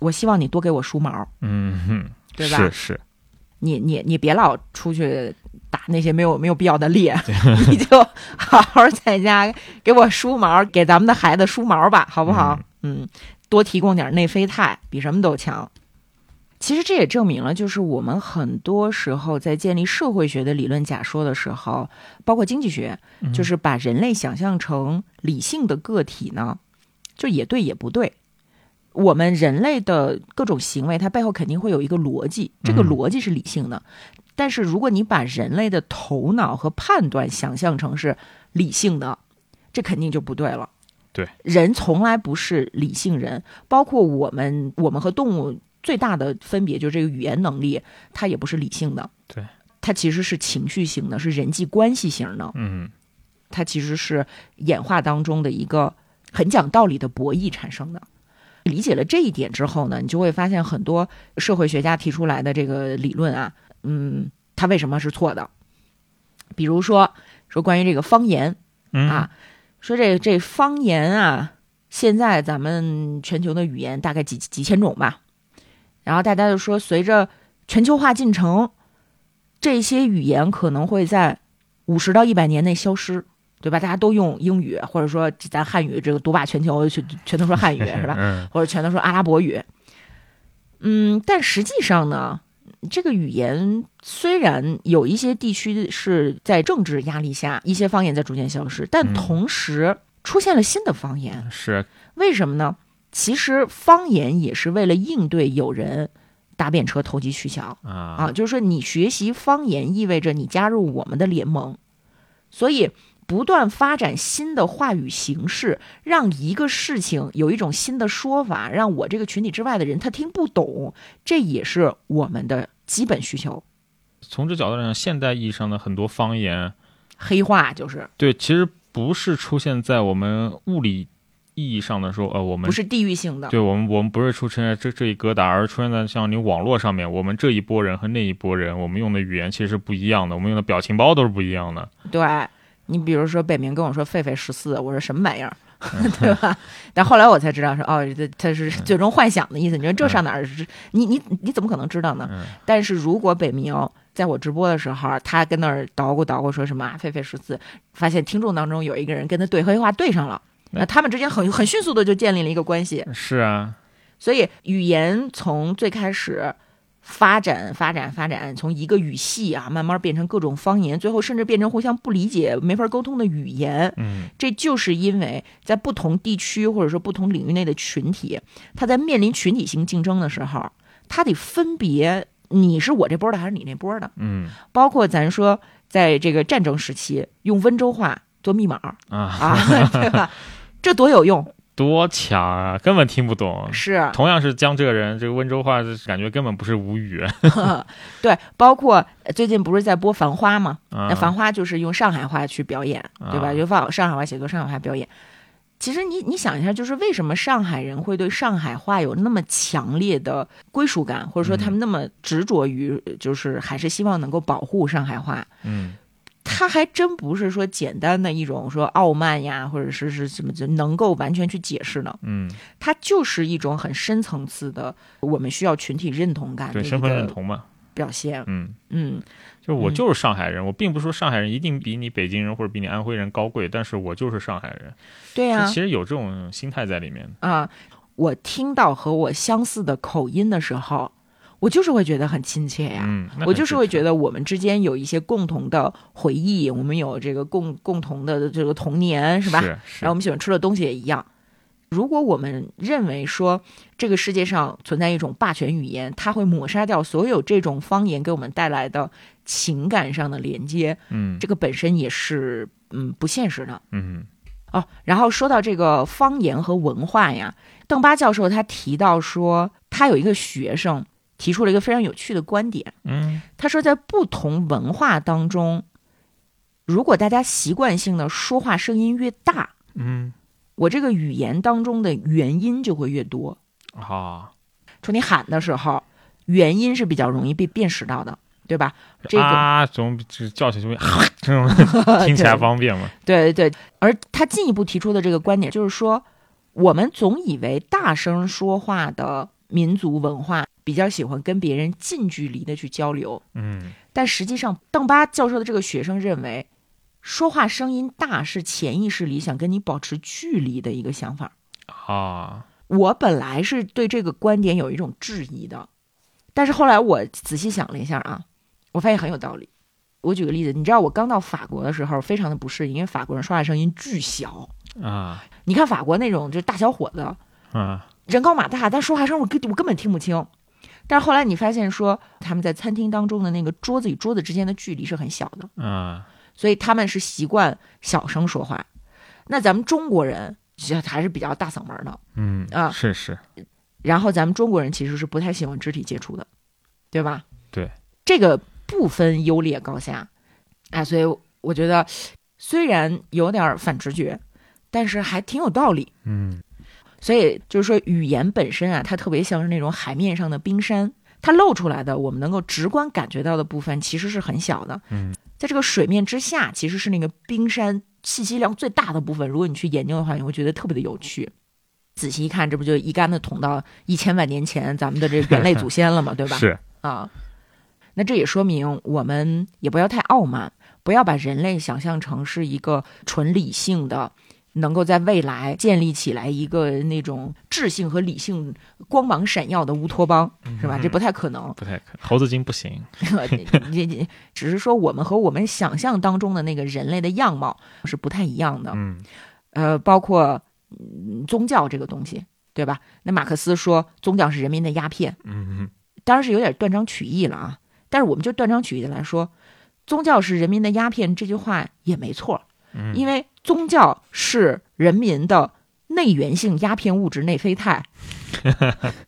Speaker 1: 我希望你多给我梳毛，
Speaker 2: 嗯哼，
Speaker 1: 对吧？
Speaker 2: 是是，
Speaker 1: 你你你别老出去打那些没有没有必要的猎， 你就好好在家给我梳毛，给咱们的孩子梳毛吧，好不好？嗯多提供点内啡肽，比什么都强。其实这也证明了，就是我们很多时候在建立社会学的理论假说的时候，包括经济学，
Speaker 2: 嗯
Speaker 1: 就是把人类想象成理性的个体呢，就也对也不对。我们人类的各种行为，它背后肯定会有一个逻辑，这个
Speaker 2: 嗯
Speaker 1: 逻辑是理性的。但是如果你把人类的头脑和判断想象成是理性的，这肯定就不对了。
Speaker 2: 对，
Speaker 1: 人从来不是理性人，包括我们，我们和动物最大的分别就是这个语言能力，它也不是理性的。
Speaker 2: 对，
Speaker 1: 它其实是情绪型的，是人际关系型的。
Speaker 2: 嗯
Speaker 1: 它其实是演化当中的一个很讲道理的博弈产生的。理解了这一点之后呢，你就会发现很多社会学家提出来的这个理论啊，嗯，它为什么是错的？比如说，说关于这个方言
Speaker 2: 嗯
Speaker 1: 啊，说这这方言啊，现在咱们全球的语言大概几几千种吧，然后大家就说，随着全球化进程，这些语言可能会在五十到一百年内消失，对吧？大家都用英语，或者说咱汉语这个独霸全球，全全都说汉 语是吧？
Speaker 2: 嗯
Speaker 1: 或者全都说阿拉伯语。嗯，但实际上呢，这个语言虽然有一些地区是在政治压力下，一些方言在逐渐消失，但
Speaker 2: 嗯
Speaker 1: 同时出现了新的方言。
Speaker 2: 是，啊
Speaker 1: 为什么呢？其实方言也是为了应对有人搭便车投机取巧
Speaker 2: 啊
Speaker 1: 啊，就是说你学习方言意味着你加入我们的联盟，所以不断发展新的话语形式，让一个事情有一种新的说法，让我这个群体之外的人他听不懂，这也是我们的基本需求。
Speaker 2: 从这角度上，现代意义上的很多方言，
Speaker 1: 黑话就是
Speaker 2: 对，其实不是出现在我们物理意义上的说，呃，我们
Speaker 1: 不是地域性的，
Speaker 2: 对我们，我们不是出现在这这一疙瘩，而是出现在像你网络上面，我们这一波人和那一波人，我们用的语言其实是不一样的，我们用的表情包都是不一样的。
Speaker 1: 对你比如说北冥跟我说狒狒十四，我说什么玩意儿， 对吧？但后来我才知道是哦，这它是最终幻想的意思。你说这上哪儿是？你你你怎么可能知道呢？
Speaker 2: 嗯
Speaker 1: 但是如果北冥在我直播的时候，他跟那儿捣鼓捣鼓说什么啊狒狒十四，发现听众当中有一个人跟他对黑话对上了。那他们之间很很迅速的就建立了一个关系，
Speaker 2: 是啊，
Speaker 1: 所以语言从最开始发展、发展、发展，从一个语系啊，慢慢变成各种方言，最后甚至变成互相不理解、没法沟通的语言。
Speaker 2: 嗯，
Speaker 1: 这就是因为在不同地区或者说不同领域内的群体，他在面临群体性竞争的时候，他得分别你是我这波的还是你那波的。
Speaker 2: 嗯
Speaker 1: 包括咱说，在这个战争时期，用温州话做密码儿
Speaker 2: 啊，
Speaker 1: 啊， 对吧？这多有用！
Speaker 2: 多强啊，根本听不懂。
Speaker 1: 是啊
Speaker 2: 同样是江浙人，这个温州话就是感觉根本不是吴语。
Speaker 1: 对，包括呃最近不是在播《繁花》吗？
Speaker 2: 啊
Speaker 1: 那《繁花》就是用上海话去表演，对吧？
Speaker 2: 啊
Speaker 1: 就放上海话写作，上海话表演。其实你你想一下，就是为什么上海人会对上海话有那么强烈的归属感，或者说他
Speaker 2: 嗯
Speaker 1: 们那么执着于，就是还是希望能够保护上海话。
Speaker 2: 嗯
Speaker 1: 他还真不是说简单的一种说傲慢呀，或者是是什么就能够完全去解释的，
Speaker 2: 嗯，
Speaker 1: 它就是一种很深层次的，我们需要群体认同感的
Speaker 2: 对，
Speaker 1: 一
Speaker 2: 身份认
Speaker 1: 啊个
Speaker 2: 同嘛，
Speaker 1: 表现。
Speaker 2: 嗯。
Speaker 1: 嗯，
Speaker 2: 就是我
Speaker 1: 嗯
Speaker 2: 就是上海人，我并不是说上海人一定比你北京人或者比你安徽人高贵，但是我就是上海人。
Speaker 1: 对啊呀、
Speaker 2: 就其实有这种心态在里面。
Speaker 1: 啊，我听到和我相似的口音的时候，我就是会觉得很亲切呀、
Speaker 2: 嗯，那
Speaker 1: 啊我
Speaker 2: 很
Speaker 1: 就是会觉
Speaker 2: 支
Speaker 1: 得我们之间有一些共同的回忆，我们有这个共共同的这个童年，
Speaker 2: 持
Speaker 1: 是吧？
Speaker 2: 是是
Speaker 1: 然后我们喜欢吃的东西也一样。如果我们认为说这个世界上存在一种霸权语言，它会抹杀掉所有这种方言给我们带来的情感上的连接，
Speaker 2: 嗯
Speaker 1: 这个本身也是嗯不现实的。
Speaker 2: 嗯
Speaker 1: 哦，然后说到这个方言和文化呀，邓巴教授他提到说，他有一个学生提出了一个非常有趣的观点，
Speaker 2: 嗯
Speaker 1: 他说在不同文化当中，如果大家习惯性的说话声音越大，
Speaker 2: 嗯
Speaker 1: 我这个语言当中的元音就会越多。
Speaker 2: 啊
Speaker 1: 说你喊的时候，元音是比较容易被辨识到的，对吧？这个呃
Speaker 2: 啊，总比只叫起来就会这种听起来方便嘛。
Speaker 1: 对对对，而他进一步提出的这个观点就是说，我们总以为大声说话的民族文化比较喜欢跟别人近距离的去交流，
Speaker 2: 嗯，
Speaker 1: 但实际上，邓巴教授的这个学生认为，说话声音大是潜意识里想跟你保持距离的一个想法。
Speaker 2: 啊，
Speaker 1: 我本来是对这个观点有一种质疑的，但是后来我仔细想了一下啊，我发现很有道理。我举个例子，你知道我刚到法国的时候非常的不适应，因为法国人说话声音巨小。
Speaker 2: 啊，
Speaker 1: 你看法国那种就是大小伙子，
Speaker 2: 啊，
Speaker 1: 人高马大，但说话声我根我根本听不清。但是后来你发现说他们在餐厅当中的那个桌子与桌子之间的距离是很小的，
Speaker 2: 啊，
Speaker 1: 所以他们是习惯小声说话。那咱们中国人其实还是比较大嗓门的，
Speaker 2: 嗯，
Speaker 1: 啊
Speaker 2: 是是，
Speaker 1: 然后咱们中国人其实是不太喜欢肢体接触的，对吧？
Speaker 2: 对，
Speaker 1: 这个不分优劣高下，啊，所以我觉得虽然有点反直觉，但是还挺有道理。
Speaker 2: 嗯，
Speaker 1: 所以就是说，语言本身啊，它特别像是那种海面上的冰山，它露出来的我们能够直观感觉到的部分其实是很小的。
Speaker 2: 嗯，
Speaker 1: 在这个水面之下，其实是那个冰山信息量最大的部分。如果你去研究的话，你会觉得特别的有趣。仔细一看，这不就一竿子捅到一千万年前咱们的这人类祖先了嘛，对吧？
Speaker 2: 是，
Speaker 1: 啊，那这也说明我们也不要太傲慢，不要把人类想象成是一个纯理性的，能够在未来建立起来一个那种智性和理性光芒闪耀的乌托邦，
Speaker 2: 嗯
Speaker 1: 是吧？这不太可能。
Speaker 2: 不太可，猴子精不行。
Speaker 1: 你你只是说我们和我们想象当中的那个人类的样貌是不太一样的。
Speaker 2: 嗯，
Speaker 1: 呃，包括、嗯宗教这个东西，对吧？那马克思说宗教是人民的鸦片，
Speaker 2: 嗯，
Speaker 1: 当然是有点断章取义了啊。但是我们就断章取义的来说，宗教是人民的鸦片这句话也没错，
Speaker 2: 嗯
Speaker 1: 因为宗教是人民的内源性鸦片物质内啡 肽，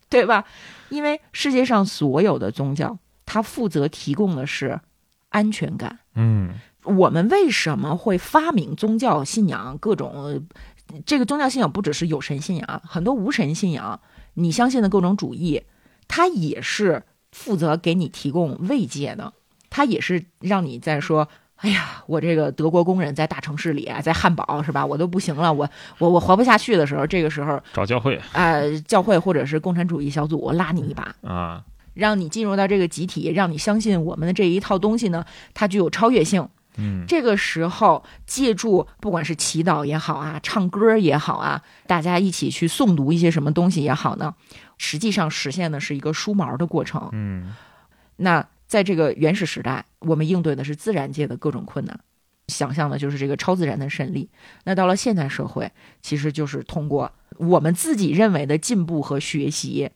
Speaker 1: 对吧？因为世界上所有的宗教，它负责提供的是安全感。
Speaker 2: 嗯，
Speaker 1: 我们为什么会发明宗教信仰？各种呃这个宗教信仰不只是有神信仰，很多无神信仰，你相信的各种主义，它也是负责给你提供慰藉的，它也是让你在说。哎呀，我这个德国工人在大城市里，啊在汉堡是吧？我都不行了，我我我活不下去的时候，这个时候，
Speaker 2: 找教会
Speaker 1: 呃，教会或者是共产主义小组拉你一把，
Speaker 2: 啊，
Speaker 1: 让你进入到这个集体，让你相信我们的这一套东西呢，它具有超越性，
Speaker 2: 嗯，
Speaker 1: 这个时候，借助不管是祈祷也好啊，唱歌也好啊，大家一起去诵读一些什么东西也好呢，实际上实现的是一个梳毛的过程。
Speaker 2: 嗯，
Speaker 1: 那在这个原始时代，我们应对的是自然界的各种困难，想象的就是这个超自然的胜利。那到了现代社会，其实就是通过我们自己认为的进步和学习，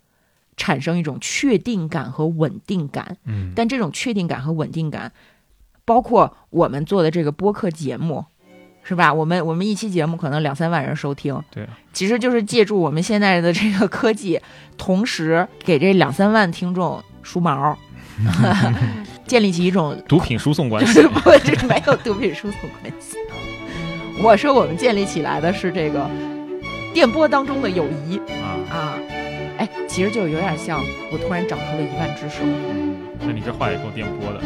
Speaker 1: 产生一种确定感和稳定感。
Speaker 2: 嗯，
Speaker 1: 但这种确定感和稳定感，包括我们做的这个播客节目，是吧？我们我们一期节目可能两三万人收听，
Speaker 2: 对，啊
Speaker 1: 其实就是借助我们现在的这个科技，同时给这两三万听众梳 毛，建立起一种
Speaker 2: 毒品输送 关
Speaker 1: 就
Speaker 2: 系
Speaker 1: 是，不是没有毒品输送关系。我说我们建立起来的是这个电波当中的友谊
Speaker 2: 啊，
Speaker 1: 啊，哎，其实就有点像我突然长出了一万只手。
Speaker 2: 那你这话也够电波的，